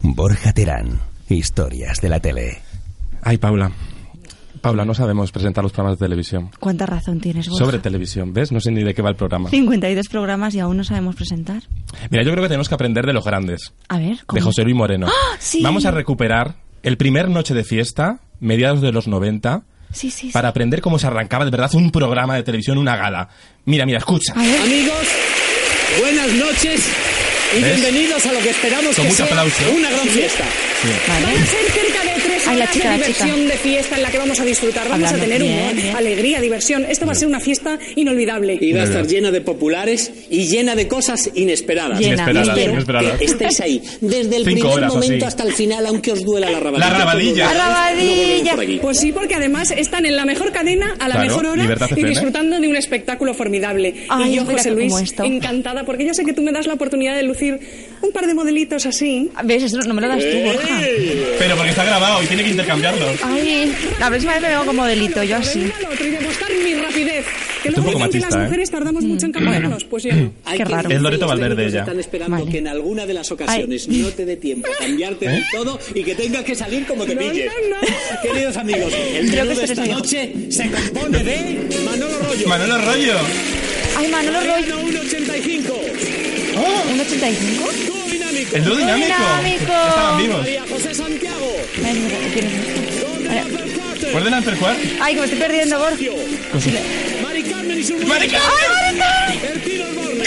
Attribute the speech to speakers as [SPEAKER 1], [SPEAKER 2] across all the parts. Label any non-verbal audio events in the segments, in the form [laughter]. [SPEAKER 1] Borja Terán, historias de la tele.
[SPEAKER 2] Ay, Paula. Paula, no sabemos presentar los programas de televisión.
[SPEAKER 3] ¿Cuánta razón tienes, Borja?
[SPEAKER 2] Sobre televisión, ¿ves? No sé ni de qué va el programa.
[SPEAKER 3] 52 programas y aún no sabemos presentar.
[SPEAKER 2] Mira, yo creo que tenemos que aprender de los grandes.
[SPEAKER 3] A ver, ¿cómo?
[SPEAKER 2] De José Luis Moreno.
[SPEAKER 3] ¡Ah, sí!
[SPEAKER 2] Vamos a recuperar el primer noche de fiesta, mediados de los 90,
[SPEAKER 3] Sí, sí, sí.
[SPEAKER 2] para aprender cómo se arrancaba de verdad un programa de televisión, una gala. Mira, mira, escucha.
[SPEAKER 3] A ver,
[SPEAKER 4] Amigos, buenas noches y
[SPEAKER 2] ¿Ves?
[SPEAKER 4] bienvenidos a lo que esperamos
[SPEAKER 2] Con
[SPEAKER 4] que
[SPEAKER 2] mucho
[SPEAKER 4] sea
[SPEAKER 2] aplauso.
[SPEAKER 4] una gran fiesta.
[SPEAKER 3] vale.
[SPEAKER 5] Van a ser cerca de tres
[SPEAKER 3] Ay, la
[SPEAKER 5] horas
[SPEAKER 3] chica,
[SPEAKER 5] de
[SPEAKER 3] la
[SPEAKER 5] diversión de fiesta en la que vamos a disfrutar, vamos
[SPEAKER 3] Hablando.
[SPEAKER 5] a tener humor,
[SPEAKER 3] Bien, bien.
[SPEAKER 5] alegría, diversión. Esto va a ser una fiesta inolvidable.
[SPEAKER 4] Y va a estar llena de populares y llena de cosas inesperadas.
[SPEAKER 3] Llena.
[SPEAKER 2] Inesperadas,
[SPEAKER 3] Espero
[SPEAKER 2] inesperadas.
[SPEAKER 4] Que estéis ahí, desde
[SPEAKER 2] Cinco
[SPEAKER 4] el primer
[SPEAKER 2] horas o
[SPEAKER 4] momento
[SPEAKER 2] así.
[SPEAKER 4] hasta el final, aunque os duela la rabadilla.
[SPEAKER 2] La rabadilla.
[SPEAKER 4] Luego venimos por
[SPEAKER 3] Rabadilla.
[SPEAKER 4] aquí.
[SPEAKER 5] Pues sí, porque además están en la mejor cadena, a la
[SPEAKER 2] Claro,
[SPEAKER 5] mejor
[SPEAKER 2] Libertad
[SPEAKER 3] [laughs]
[SPEAKER 5] hora y
[SPEAKER 2] FM.
[SPEAKER 5] disfrutando de un espectáculo formidable.
[SPEAKER 3] Ay,
[SPEAKER 5] y yo,
[SPEAKER 3] espera,
[SPEAKER 5] José
[SPEAKER 3] como
[SPEAKER 5] Luis,
[SPEAKER 3] esto.
[SPEAKER 5] encantada, porque yo sé que tú me das la oportunidad de lucir un par de modelitos así.
[SPEAKER 3] ¿Ves? Eso no me lo das tú, Borja.
[SPEAKER 2] Pero porque está grabado y tiene que intercambiarlo.
[SPEAKER 3] Ay, la próxima vez me veo como delito, yo así.
[SPEAKER 5] Venir al otro y demostrar mi rapidez. Que
[SPEAKER 2] Esto
[SPEAKER 5] luego
[SPEAKER 2] un poco
[SPEAKER 5] dicen que
[SPEAKER 2] machista,
[SPEAKER 5] las
[SPEAKER 2] ¿eh?
[SPEAKER 5] mujeres tardamos mucho en cambiarnos, pues yo no.
[SPEAKER 4] Hay
[SPEAKER 3] Qué
[SPEAKER 4] que
[SPEAKER 3] raro.
[SPEAKER 2] Es Loreto
[SPEAKER 4] los técnicos
[SPEAKER 2] Valverde ella.
[SPEAKER 4] Están esperando
[SPEAKER 3] Vale.
[SPEAKER 4] que en alguna de las ocasiones no te dé tiempo a cambiarte
[SPEAKER 2] ¿Eh?
[SPEAKER 4] de todo y que tengas que salir como te pilles.
[SPEAKER 5] no, no.
[SPEAKER 4] Queridos amigos,
[SPEAKER 3] Creo
[SPEAKER 4] el
[SPEAKER 3] que
[SPEAKER 4] menú de
[SPEAKER 3] este
[SPEAKER 4] esta
[SPEAKER 3] soy yo.
[SPEAKER 4] noche se compone de Manolo Rollo.
[SPEAKER 2] Manolo Rollo.
[SPEAKER 3] Ay, Manolo Roy,
[SPEAKER 4] Piano 1.85.
[SPEAKER 3] ¿un 85?
[SPEAKER 4] Dúo dinámico.
[SPEAKER 2] El dúo dinámico.
[SPEAKER 3] Dinámico.
[SPEAKER 2] Estaban vivos.
[SPEAKER 4] María José Santiago.
[SPEAKER 3] Ay, mira, ¿quién es?
[SPEAKER 4] Con
[SPEAKER 3] Ay.
[SPEAKER 4] Rafael Carter.
[SPEAKER 2] ¿Por delante el cual?
[SPEAKER 3] Ay, que me estoy perdiendo, Borja. Pues
[SPEAKER 2] Con su...
[SPEAKER 4] Mari Carmen y su mujer.
[SPEAKER 2] ¡Marica!
[SPEAKER 3] ¡Ay, Borja!
[SPEAKER 4] El Tino Osborne.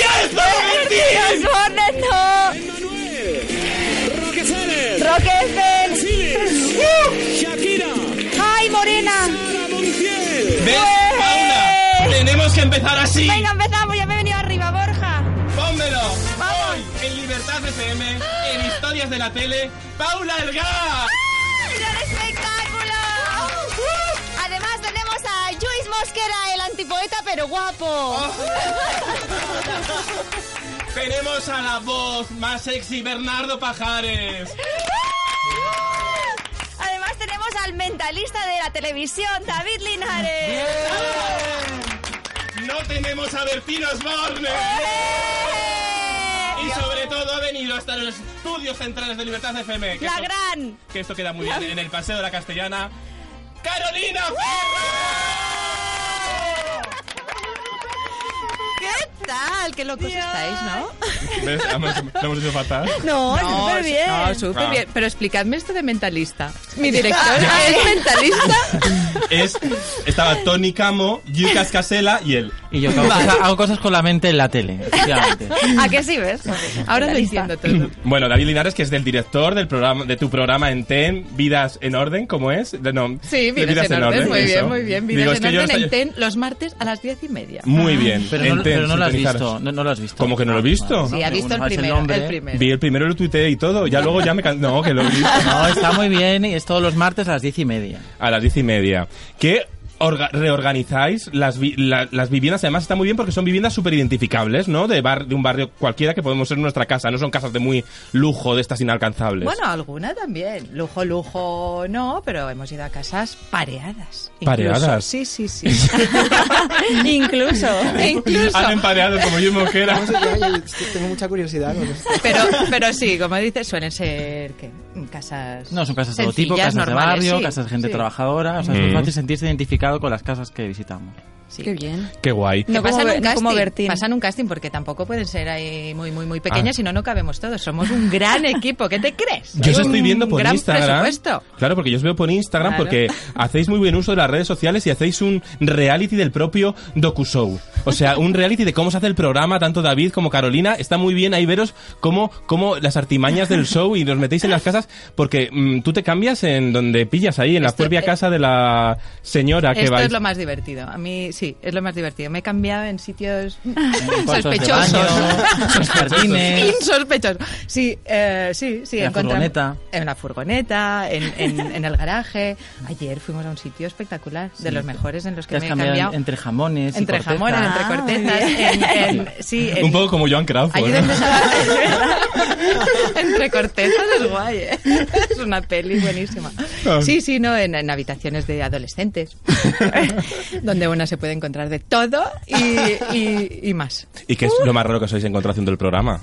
[SPEAKER 3] ¡Dios, Borja, no!
[SPEAKER 4] Emmanuel. Roque Ceres.
[SPEAKER 3] ¡Roquefel!
[SPEAKER 4] Siles.
[SPEAKER 3] Uh.
[SPEAKER 4] Shakira.
[SPEAKER 3] ¡Ay, Morena!
[SPEAKER 4] Sara Montiel.
[SPEAKER 2] ¿Ves,
[SPEAKER 3] ¡Ué!
[SPEAKER 2] Paula? Tenemos que empezar así.
[SPEAKER 3] Venga, empezamos, ya me he venido arriba, Borja.
[SPEAKER 2] ¡Pónmelo!
[SPEAKER 3] Vamos.
[SPEAKER 2] Hoy, en Libertad FM, en Historias de la Tele, ¡Paula Elga!
[SPEAKER 6] ¡Gran espectáculo! Además tenemos a Luis Mosquera, el antipoeta pero guapo.
[SPEAKER 2] Tenemos a la voz más sexy, Bernardo Pajares.
[SPEAKER 6] Además tenemos al mentalista de la televisión, David Linares.
[SPEAKER 2] No tenemos a Bertino Osborne. Y sobre todo ha venido hasta los estudios centrales de Libertad FM. Que,
[SPEAKER 6] La
[SPEAKER 2] esto,
[SPEAKER 6] gran.
[SPEAKER 2] que esto queda muy bien en el Paseo de la Castellana. ¡Carolina!
[SPEAKER 7] ¿Qué tal? Qué locos estáis, ¿no?
[SPEAKER 2] ¿Ves? Lo hemos hecho fatal.
[SPEAKER 3] No, súper bien.
[SPEAKER 7] No, súper
[SPEAKER 2] Ah.
[SPEAKER 7] bien. Pero explicadme esto de mentalista. Mi director es mentalista.
[SPEAKER 2] Es, estaba Tony Camo, Yucas Casela y él.
[SPEAKER 8] Y yo que hago, cosas, hago cosas con la mente en la tele, efectivamente.
[SPEAKER 3] ¿A qué sí ves?
[SPEAKER 7] Ahora lo entiendo todo.
[SPEAKER 2] Bueno, David Linares, que es del director del programa, de tu programa en TEN, Vidas en Orden, ¿cómo es? De- no, de
[SPEAKER 7] Sí, vidas en orden. Muy
[SPEAKER 2] eso.
[SPEAKER 7] bien, muy bien. Vidas
[SPEAKER 2] Digo, es
[SPEAKER 7] en
[SPEAKER 2] que yo
[SPEAKER 7] orden en E
[SPEAKER 2] estoy-
[SPEAKER 7] TEN los martes a las diez y media.
[SPEAKER 2] Muy bien.
[SPEAKER 8] Pero no,
[SPEAKER 2] en E TEN,
[SPEAKER 8] pero no lo has
[SPEAKER 2] sintonizaros.
[SPEAKER 8] visto. No, no lo has visto.
[SPEAKER 2] ¿Cómo que no lo he visto?
[SPEAKER 7] Sí, ha
[SPEAKER 8] Bueno,
[SPEAKER 7] visto el
[SPEAKER 8] sabes
[SPEAKER 7] primero.
[SPEAKER 8] nombre,
[SPEAKER 7] El
[SPEAKER 8] ¿eh?
[SPEAKER 7] primero.
[SPEAKER 2] Vi el primero, lo tuiteé y todo. Ya luego ya me can- No, que lo he visto.
[SPEAKER 8] No, está muy bien y es todos los martes a las diez y media.
[SPEAKER 2] A las diez y media. Que orga- reorganizáis las, vi- la- las viviendas. Además, está muy bien porque son viviendas súper identificables, ¿no? De, bar- de un barrio cualquiera que podemos ser nuestra casa. No son casas de muy lujo, de estas inalcanzables.
[SPEAKER 7] Bueno, alguna también. Lujo, lujo, no, pero hemos ido a casas pareadas. incluso.
[SPEAKER 2] ¿Pareadas?
[SPEAKER 7] Sí, sí, sí. incluso. [laughs] Incluso.
[SPEAKER 2] Han empareado como yo y
[SPEAKER 7] [laughs]
[SPEAKER 2] Mosquera.
[SPEAKER 9] Tengo mucha curiosidad con esto.
[SPEAKER 7] Pero, pero sí, como dices, suelen ser ¿qué? casas.
[SPEAKER 8] No, son casas de todo tipo,
[SPEAKER 7] sencillas,
[SPEAKER 8] casas de
[SPEAKER 7] normales,
[SPEAKER 8] barrio,
[SPEAKER 7] sí,
[SPEAKER 8] casas de gente
[SPEAKER 7] sí.
[SPEAKER 8] trabajadora. O sea, es
[SPEAKER 2] Mm.
[SPEAKER 8] muy fácil sentirse identificado con las casas que visitamos.
[SPEAKER 7] Sí.
[SPEAKER 3] Qué bien.
[SPEAKER 2] Qué guay.
[SPEAKER 7] Que
[SPEAKER 3] No como
[SPEAKER 7] pasan
[SPEAKER 3] Be-
[SPEAKER 7] un
[SPEAKER 3] no
[SPEAKER 7] casting,
[SPEAKER 3] como Bertín.
[SPEAKER 7] pasan un casting porque tampoco pueden ser ahí muy muy muy
[SPEAKER 2] Ah.
[SPEAKER 7] pequeñas, si no no cabemos todos. Somos un
[SPEAKER 3] [laughs]
[SPEAKER 7] gran equipo, ¿qué te crees?
[SPEAKER 2] Yo os
[SPEAKER 7] Hay
[SPEAKER 2] estoy
[SPEAKER 7] un
[SPEAKER 2] viendo por
[SPEAKER 7] gran
[SPEAKER 2] Instagram.
[SPEAKER 7] presupuesto.
[SPEAKER 2] Claro, porque yo os veo por Instagram
[SPEAKER 7] Claro.
[SPEAKER 2] porque hacéis muy buen uso de las redes sociales y hacéis un reality del propio DocuShow. O sea, un reality de cómo se hace el programa, tanto David como Carolina. Está muy bien ahí veros cómo, cómo las artimañas del show y nos metéis en las casas porque mm, tú te cambias en donde pillas ahí, en la
[SPEAKER 7] Esto-
[SPEAKER 2] propia
[SPEAKER 7] eh,
[SPEAKER 2] casa de la señora que
[SPEAKER 7] Esto
[SPEAKER 2] vais.
[SPEAKER 7] es lo más divertido. A mí sí, es lo más divertido. Me he cambiado en sitios
[SPEAKER 8] cuartos de
[SPEAKER 7] sospechosos. [laughs]
[SPEAKER 8] baño, en jardines.
[SPEAKER 7] Insospechosos. Sí, eh, sí, sí.
[SPEAKER 8] En la
[SPEAKER 7] encontramos-
[SPEAKER 8] furgoneta.
[SPEAKER 7] En la furgoneta, en, en- en el garaje. Ayer fuimos a un sitio espectacular, de los mejores en los que
[SPEAKER 8] Te has
[SPEAKER 7] me he
[SPEAKER 8] cambiado en-
[SPEAKER 7] cambiado.
[SPEAKER 8] entre jamones. y
[SPEAKER 7] entre
[SPEAKER 8] cortezas.
[SPEAKER 7] jamones, entre cortezas. en- en- sí, en-
[SPEAKER 2] Un poco como Joan Crawford. ¿eh?
[SPEAKER 7] Allí
[SPEAKER 2] ¿no?
[SPEAKER 7] donde se va-
[SPEAKER 8] [laughs]
[SPEAKER 7] es verdad. Entre cortezas es guay, ¿eh? Es una peli buenísima.
[SPEAKER 8] Ah.
[SPEAKER 7] Sí, sí, no, en, en habitaciones de
[SPEAKER 8] [laughs]
[SPEAKER 7] adolescentes, donde una se puede encontrar de todo y, y- y más.
[SPEAKER 2] ¿Y qué es
[SPEAKER 7] Uh.
[SPEAKER 2] lo más raro que os habéis encontrado haciendo el programa?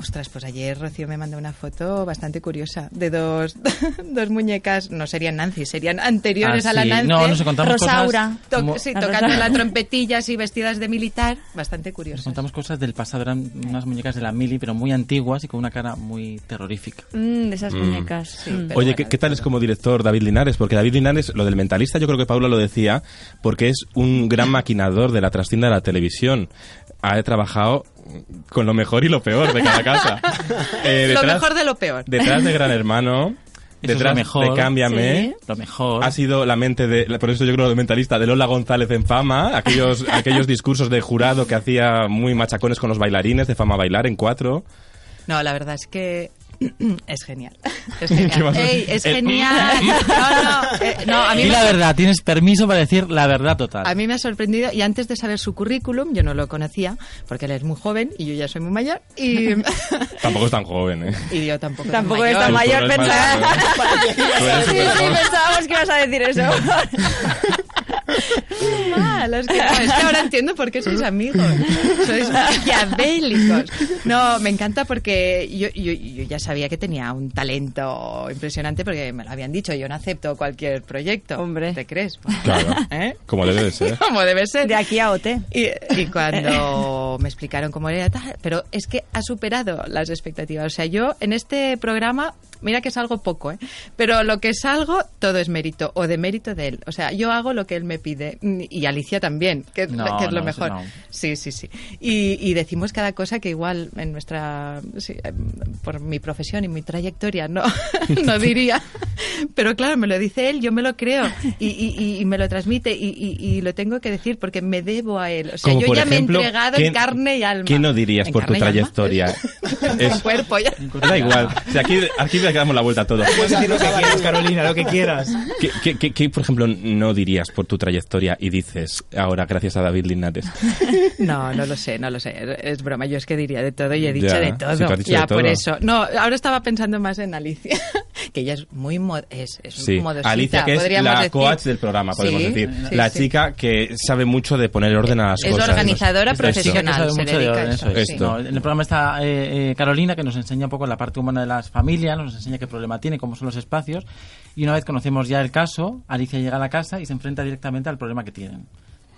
[SPEAKER 7] Ostras, pues ayer Rocío me mandó una foto bastante curiosa de dos, [laughs] dos muñecas, no serían Nancy, serían anteriores
[SPEAKER 8] Ah,
[SPEAKER 7] a la
[SPEAKER 8] sí.
[SPEAKER 7] Nancy.
[SPEAKER 8] No, nos contamos
[SPEAKER 6] Rosaura.
[SPEAKER 8] cosas. Ah,
[SPEAKER 7] To-
[SPEAKER 8] como-
[SPEAKER 7] sí,
[SPEAKER 6] La
[SPEAKER 7] tocando
[SPEAKER 6] verdad.
[SPEAKER 7] la trompetilla, así vestidas de militar, bastante
[SPEAKER 8] Nos
[SPEAKER 7] curioso.
[SPEAKER 8] contamos cosas del pasado, eran unas muñecas de la mili, pero muy antiguas y con una cara muy terrorífica.
[SPEAKER 6] Mm, de esas muñecas. Mm.
[SPEAKER 2] Oye, ¿qué, qué tal es como director David Linares? Porque David Linares, lo del mentalista, yo creo que Paula lo decía, porque es un gran maquinador de la trastienda de la televisión. Ha trabajado con lo mejor y lo peor de cada
[SPEAKER 7] [laughs]
[SPEAKER 2] casa. Eh,
[SPEAKER 7] Lo
[SPEAKER 2] detrás-
[SPEAKER 7] mejor de lo peor.
[SPEAKER 2] Detrás de Gran Hermano,
[SPEAKER 8] Eso es
[SPEAKER 2] detrás
[SPEAKER 8] lo mejor.
[SPEAKER 2] de
[SPEAKER 7] ¿Eh?
[SPEAKER 2] Cámbiame,
[SPEAKER 8] Lo mejor.
[SPEAKER 2] ha sido la mente de, por eso yo creo, el mentalista de Lola González en Fama,
[SPEAKER 7] [laughs]
[SPEAKER 2] aquellos, aquellos discursos de jurado que hacía muy machacones con los bailarines de Fama Bailar en cuatro.
[SPEAKER 7] No, la verdad es que [clears throat] es genial. Es genial.
[SPEAKER 2] ¿Qué pasa?
[SPEAKER 7] Ey, es
[SPEAKER 2] El-
[SPEAKER 7] genial. No, no, eh, no, a mí
[SPEAKER 8] Di
[SPEAKER 7] me
[SPEAKER 8] la
[SPEAKER 7] sor-
[SPEAKER 8] verdad, tienes permiso para decir la verdad total.
[SPEAKER 7] A mí me ha sorprendido y antes de saber su currículum, yo no lo conocía porque él es muy joven y yo ya soy muy mayor y, [laughs]
[SPEAKER 2] Tampoco es tan joven, ¿eh?
[SPEAKER 7] y yo tampoco.
[SPEAKER 6] Tampoco
[SPEAKER 7] soy
[SPEAKER 6] es
[SPEAKER 7] mayor.
[SPEAKER 6] tan mayor
[SPEAKER 2] Tú eres más
[SPEAKER 6] pensaba. [laughs]
[SPEAKER 2] joven. Tú eres
[SPEAKER 6] Sí,
[SPEAKER 2] súper
[SPEAKER 6] sí,
[SPEAKER 2] joven.
[SPEAKER 6] pensábamos que ibas a decir eso.
[SPEAKER 7] mal, es que, no, es que ahora entiendo por qué sois amigos. Sois maquiavélicos. No, me encanta porque yo, yo, yo ya sabía que tenía un talento impresionante porque me lo habían dicho. Yo no acepto cualquier proyecto.
[SPEAKER 6] Hombre.
[SPEAKER 7] ¿Te crees?
[SPEAKER 2] Claro.
[SPEAKER 7] ¿Eh?
[SPEAKER 2] Como debe de ser.
[SPEAKER 7] [laughs] Como debe ser.
[SPEAKER 6] De aquí a OT.
[SPEAKER 7] Y, y cuando me explicaron cómo era tal, pero es que ha superado las expectativas. O sea, yo en este programa, mira que salgo poco, ¿eh? pero lo que salgo todo es mérito o de mérito de él. O sea, yo hago lo que él me pide Mm, y Alicia también, que, es-
[SPEAKER 8] No,
[SPEAKER 7] que es lo
[SPEAKER 8] no,
[SPEAKER 7] mejor.
[SPEAKER 8] no.
[SPEAKER 7] Sí, sí, sí. Y, y decimos cada cosa que igual en nuestra, sí, em, por mi profesión y mi trayectoria, no, [laughs] no diría. Pero claro, me lo dice él, yo me lo creo y, y- y- y me lo transmite y, y- y lo tengo que decir porque me debo a él. O sea,
[SPEAKER 2] Como,
[SPEAKER 7] yo
[SPEAKER 2] por
[SPEAKER 7] ya
[SPEAKER 2] ejemplo,
[SPEAKER 7] me he entregado
[SPEAKER 2] ¿qué-
[SPEAKER 7] en carne y alma.
[SPEAKER 2] qué no dirías
[SPEAKER 7] En
[SPEAKER 2] por tu
[SPEAKER 7] carne y alma. [laughs]
[SPEAKER 2] trayectoria?
[SPEAKER 7] en
[SPEAKER 2] Es-
[SPEAKER 7] cuerpo ya.
[SPEAKER 2] Da igual. O sea, aquí, aquí le damos la vuelta a todo.
[SPEAKER 9] Puedes decir Pues lo que quieras, Carolina, lo que quieras.
[SPEAKER 2] ¿Qué, qué, qué- qué, por ejemplo, no dirías por tu trayectoria y dices ahora gracias a David
[SPEAKER 7] [laughs]
[SPEAKER 2] Linares?
[SPEAKER 7] No, no lo sé, no lo sé. Es broma, yo es que diría de todo y he dicho
[SPEAKER 2] Ya,
[SPEAKER 7] de todo.
[SPEAKER 2] sí que has dicho
[SPEAKER 7] ya,
[SPEAKER 2] de todo.
[SPEAKER 7] por eso. No, ahora estaba pensando más en Alicia, [laughs] que ella es muy mo- es, es
[SPEAKER 2] Sí.
[SPEAKER 7] modosita,
[SPEAKER 2] Alicia, que es
[SPEAKER 7] podríamos
[SPEAKER 2] la
[SPEAKER 7] decir.
[SPEAKER 2] coach del programa, podemos
[SPEAKER 7] Sí,
[SPEAKER 2] decir.
[SPEAKER 7] sí,
[SPEAKER 2] la
[SPEAKER 7] sí.
[SPEAKER 2] chica que sabe mucho de poner orden a las
[SPEAKER 7] Es
[SPEAKER 2] cosas.
[SPEAKER 7] organizadora
[SPEAKER 2] Esto.
[SPEAKER 7] profesional.
[SPEAKER 8] Sabe
[SPEAKER 7] se
[SPEAKER 8] mucho de
[SPEAKER 7] dedica a
[SPEAKER 8] orden,
[SPEAKER 7] eso,
[SPEAKER 8] eso es.
[SPEAKER 2] sí.
[SPEAKER 8] No, en el programa está eh, eh, Carolina, que nos enseña un poco la parte humana de las familias, nos enseña qué problema tiene, cómo son los espacios. Y una vez conocemos ya el caso, Alicia llega a la casa y se enfrenta directamente al problema que tienen.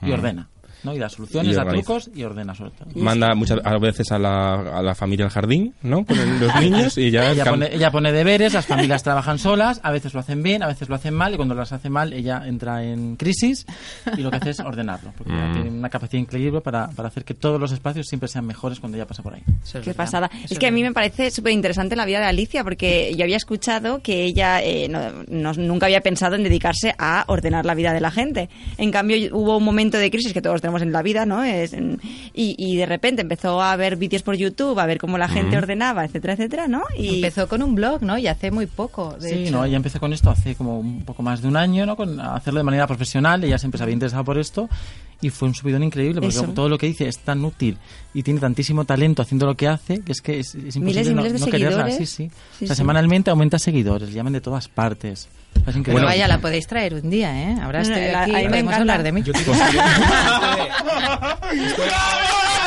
[SPEAKER 8] Y ordena. ¿no? Y da soluciones,
[SPEAKER 2] Hmm. Y
[SPEAKER 8] da
[SPEAKER 2] organiza.
[SPEAKER 8] trucos y ordena sobre todo.
[SPEAKER 2] Manda muchas a veces a la, a la familia al jardín, ¿no? Con el-
[SPEAKER 7] [laughs]
[SPEAKER 2] los niños y ya...
[SPEAKER 8] Ella
[SPEAKER 2] cam-
[SPEAKER 8] pone, ella pone deberes, las familias trabajan solas, a veces lo hacen bien, a veces lo hacen mal, y cuando las hace mal, ella entra en crisis y lo que hace es ordenarlo, porque
[SPEAKER 2] Hmm.
[SPEAKER 8] ella tiene una capacidad increíble para, para hacer que todos los espacios siempre sean mejores cuando ella pasa por ahí.
[SPEAKER 7] Eso es
[SPEAKER 6] Qué
[SPEAKER 7] verdad.
[SPEAKER 6] pasada.
[SPEAKER 7] Eso
[SPEAKER 6] es que a mí
[SPEAKER 7] verdad.
[SPEAKER 6] me parece súper interesante la vida de Alicia, porque yo había escuchado que ella eh, no- no- nunca había pensado en dedicarse a ordenar la vida de la gente. En cambio, y- hubo un momento de crisis que todos tenemos en la vida, ¿no? Es, en- y, y de repente empezó a ver vídeos por YouTube, a ver cómo la gente ordenaba, etcétera, etcétera, ¿no? Y
[SPEAKER 7] Empezó con un blog, ¿no? Y hace muy poco. De
[SPEAKER 8] sí,
[SPEAKER 7] hecho.
[SPEAKER 8] ¿no? ella empezó con esto hace como un poco más de un año, ¿no? con hacerlo de manera profesional, ella siempre se había interesado por esto y fue un subidón increíble porque
[SPEAKER 6] Eso.
[SPEAKER 8] todo lo que dice es tan útil y tiene tantísimo talento haciendo lo que hace que es que es, es imposible
[SPEAKER 6] Miles y
[SPEAKER 8] no,
[SPEAKER 6] miles de
[SPEAKER 8] no quererla.
[SPEAKER 6] seguidores.
[SPEAKER 8] Sí, sí.
[SPEAKER 6] Sí,
[SPEAKER 8] o sea,
[SPEAKER 6] sí.
[SPEAKER 8] semanalmente aumenta seguidores, le llaman de todas partes. Es increíble.
[SPEAKER 7] Pero
[SPEAKER 2] Bueno,
[SPEAKER 7] vaya, la podéis traer un día, ¿eh? Ahora
[SPEAKER 6] No, no,
[SPEAKER 7] estoy
[SPEAKER 6] la-
[SPEAKER 7] aquí.
[SPEAKER 6] a mí me
[SPEAKER 7] podemos
[SPEAKER 6] encanta.
[SPEAKER 7] hablar de mí. [laughs]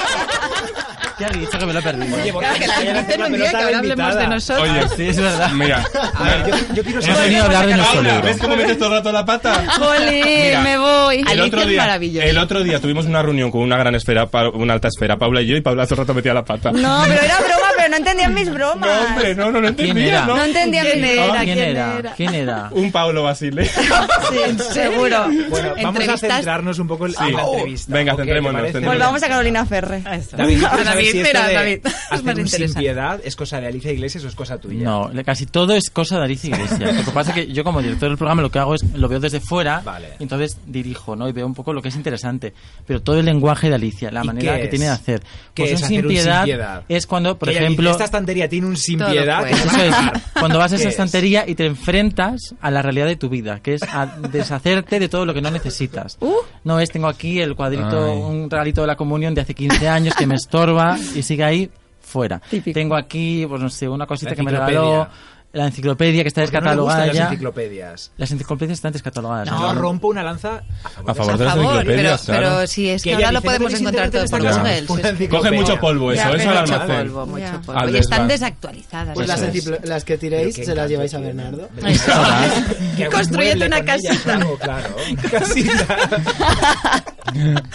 [SPEAKER 8] ¿Qué has dicho que me lo
[SPEAKER 7] [laughs]
[SPEAKER 8] he perdido?
[SPEAKER 9] Oye,
[SPEAKER 7] Claro, que la
[SPEAKER 9] Oye,
[SPEAKER 7] inviten
[SPEAKER 9] la
[SPEAKER 7] un día que
[SPEAKER 9] pelota
[SPEAKER 7] ahora hablemos
[SPEAKER 9] invitada.
[SPEAKER 7] de nosotros.
[SPEAKER 2] Oye,
[SPEAKER 8] Sí, es verdad.
[SPEAKER 2] mira.
[SPEAKER 9] A ver, yo, yo quiero
[SPEAKER 8] Hemos venido a hablar de nuestro
[SPEAKER 2] Paula,
[SPEAKER 8] libro.
[SPEAKER 2] ¿ves cómo metes todo el rato la pata?
[SPEAKER 6] ¡Jolín,
[SPEAKER 2] Mira,
[SPEAKER 6] me voy!
[SPEAKER 2] El
[SPEAKER 7] Alicia
[SPEAKER 2] otro,
[SPEAKER 7] es
[SPEAKER 2] día,
[SPEAKER 7] maravillosa.
[SPEAKER 2] el otro día tuvimos una reunión con una gran esfera, pa- una alta esfera, Paula y yo, y Paula todo el rato metía la pata.
[SPEAKER 6] No, pero era broma,
[SPEAKER 3] pero no entendían
[SPEAKER 7] [laughs]
[SPEAKER 3] mis bromas.
[SPEAKER 2] No, hombre, no, no lo
[SPEAKER 8] ¿Quién
[SPEAKER 2] entendía,
[SPEAKER 8] era?
[SPEAKER 2] ¿no?
[SPEAKER 3] No entendía
[SPEAKER 7] ¿Quién
[SPEAKER 3] mi
[SPEAKER 7] era?
[SPEAKER 3] broma.
[SPEAKER 8] ¿Quién
[SPEAKER 7] ¿quién
[SPEAKER 8] era?
[SPEAKER 7] era?
[SPEAKER 8] ¿Quién era?
[SPEAKER 2] Un Paolo Basile.
[SPEAKER 6] Seguro.
[SPEAKER 9] Bueno, vamos a
[SPEAKER 7] Entrevistas-
[SPEAKER 9] centrarnos un poco en
[SPEAKER 2] Sí.
[SPEAKER 9] la entrevista.
[SPEAKER 2] Venga,
[SPEAKER 9] ¿ok? ¿Te
[SPEAKER 2] centrémonos,
[SPEAKER 9] parece?
[SPEAKER 2] centrémonos.
[SPEAKER 6] Volvamos a Carolina Ferre.
[SPEAKER 9] David,
[SPEAKER 7] Ah,
[SPEAKER 9] ¿quieres saber
[SPEAKER 7] [laughs] David,
[SPEAKER 9] si esto
[SPEAKER 7] espera,
[SPEAKER 9] de
[SPEAKER 7] David. [laughs] Es
[SPEAKER 9] Hacer
[SPEAKER 7] más
[SPEAKER 9] un sin
[SPEAKER 7] interesante.
[SPEAKER 9] piedad es cosa de Alicia Iglesias o es cosa tuya.
[SPEAKER 8] No, le- casi todo es cosa de
[SPEAKER 9] [laughs]
[SPEAKER 8] Alicia Iglesias. Lo que pasa es que yo como director del programa lo que hago es lo veo desde fuera,
[SPEAKER 9] Vale.
[SPEAKER 8] y entonces dirijo, ¿no? Y veo un poco lo que es interesante, pero todo el lenguaje de Alicia, la
[SPEAKER 9] ¿Y
[SPEAKER 8] manera
[SPEAKER 9] qué
[SPEAKER 8] que
[SPEAKER 9] es?
[SPEAKER 8] tiene de hacer.
[SPEAKER 9] ¿Qué
[SPEAKER 8] Pues
[SPEAKER 9] es
[SPEAKER 8] un
[SPEAKER 9] hacer
[SPEAKER 8] sin
[SPEAKER 9] un sin
[SPEAKER 8] piedad
[SPEAKER 9] piedad?
[SPEAKER 8] es cuando, por
[SPEAKER 9] Que ella
[SPEAKER 8] ejemplo,
[SPEAKER 9] dice, esta estantería tiene un sin
[SPEAKER 7] Todo
[SPEAKER 9] piedad.
[SPEAKER 7] puede.
[SPEAKER 9] que
[SPEAKER 8] Eso
[SPEAKER 9] te
[SPEAKER 8] es.
[SPEAKER 9] va a matar".
[SPEAKER 8] Cuando vas a
[SPEAKER 9] ¿Qué
[SPEAKER 8] esa
[SPEAKER 9] es?
[SPEAKER 8] estantería y te enfrentas a la realidad de tu vida, que es a deshacerte de todo lo que no necesitas. No es, tengo aquí el cuadrito,
[SPEAKER 2] Ay.
[SPEAKER 8] un regalito de la comunión de hace 15 años que me estorba y sigue ahí fuera.
[SPEAKER 6] Típico.
[SPEAKER 8] Tengo aquí, pues no sé, una cosita
[SPEAKER 9] La
[SPEAKER 8] que me
[SPEAKER 9] enciclopedia.
[SPEAKER 8] regaló, la enciclopedia que está
[SPEAKER 9] Porque no le
[SPEAKER 8] descatalogada
[SPEAKER 9] gustan las
[SPEAKER 8] ya.
[SPEAKER 9] enciclopedias.
[SPEAKER 8] Las enciclopedias están descatalogadas.
[SPEAKER 9] Yo
[SPEAKER 8] ¿no?
[SPEAKER 9] rompo una lanza
[SPEAKER 2] A favor de
[SPEAKER 7] Por
[SPEAKER 2] las
[SPEAKER 7] Pues favor, pero,
[SPEAKER 2] enciclopedias, claro.
[SPEAKER 7] pero si es que,
[SPEAKER 9] ella
[SPEAKER 7] ahora
[SPEAKER 9] dice,
[SPEAKER 7] lo
[SPEAKER 9] "No
[SPEAKER 7] podemos
[SPEAKER 9] tenéis
[SPEAKER 7] encontrar todo
[SPEAKER 9] internet
[SPEAKER 7] por
[SPEAKER 9] en esta
[SPEAKER 7] Google.
[SPEAKER 9] casa".
[SPEAKER 7] sí, sí.
[SPEAKER 9] Una
[SPEAKER 2] Coge mucho polvo
[SPEAKER 7] Ya,
[SPEAKER 2] eso,
[SPEAKER 7] pero
[SPEAKER 2] eso al
[SPEAKER 7] mucho
[SPEAKER 2] almacén.
[SPEAKER 7] polvo, mucho
[SPEAKER 6] Ya.
[SPEAKER 7] polvo. Pues
[SPEAKER 2] Al
[SPEAKER 7] Y
[SPEAKER 2] desván.
[SPEAKER 7] están desactualizadas.
[SPEAKER 10] Pues
[SPEAKER 7] Eso
[SPEAKER 10] las,
[SPEAKER 7] es.
[SPEAKER 10] enciclo- las que
[SPEAKER 9] Pero
[SPEAKER 10] tiréis
[SPEAKER 9] qué
[SPEAKER 10] se las
[SPEAKER 9] encanto
[SPEAKER 10] lleváis a
[SPEAKER 9] tiene.
[SPEAKER 10] Bernardo.
[SPEAKER 7] Pues
[SPEAKER 9] Bernardo.
[SPEAKER 7] [laughs]
[SPEAKER 9] Que hago
[SPEAKER 7] Construyete
[SPEAKER 9] mueble
[SPEAKER 7] una
[SPEAKER 9] con ella,
[SPEAKER 7] casita.
[SPEAKER 9] claro,
[SPEAKER 7] [laughs]
[SPEAKER 9] claro. Casita.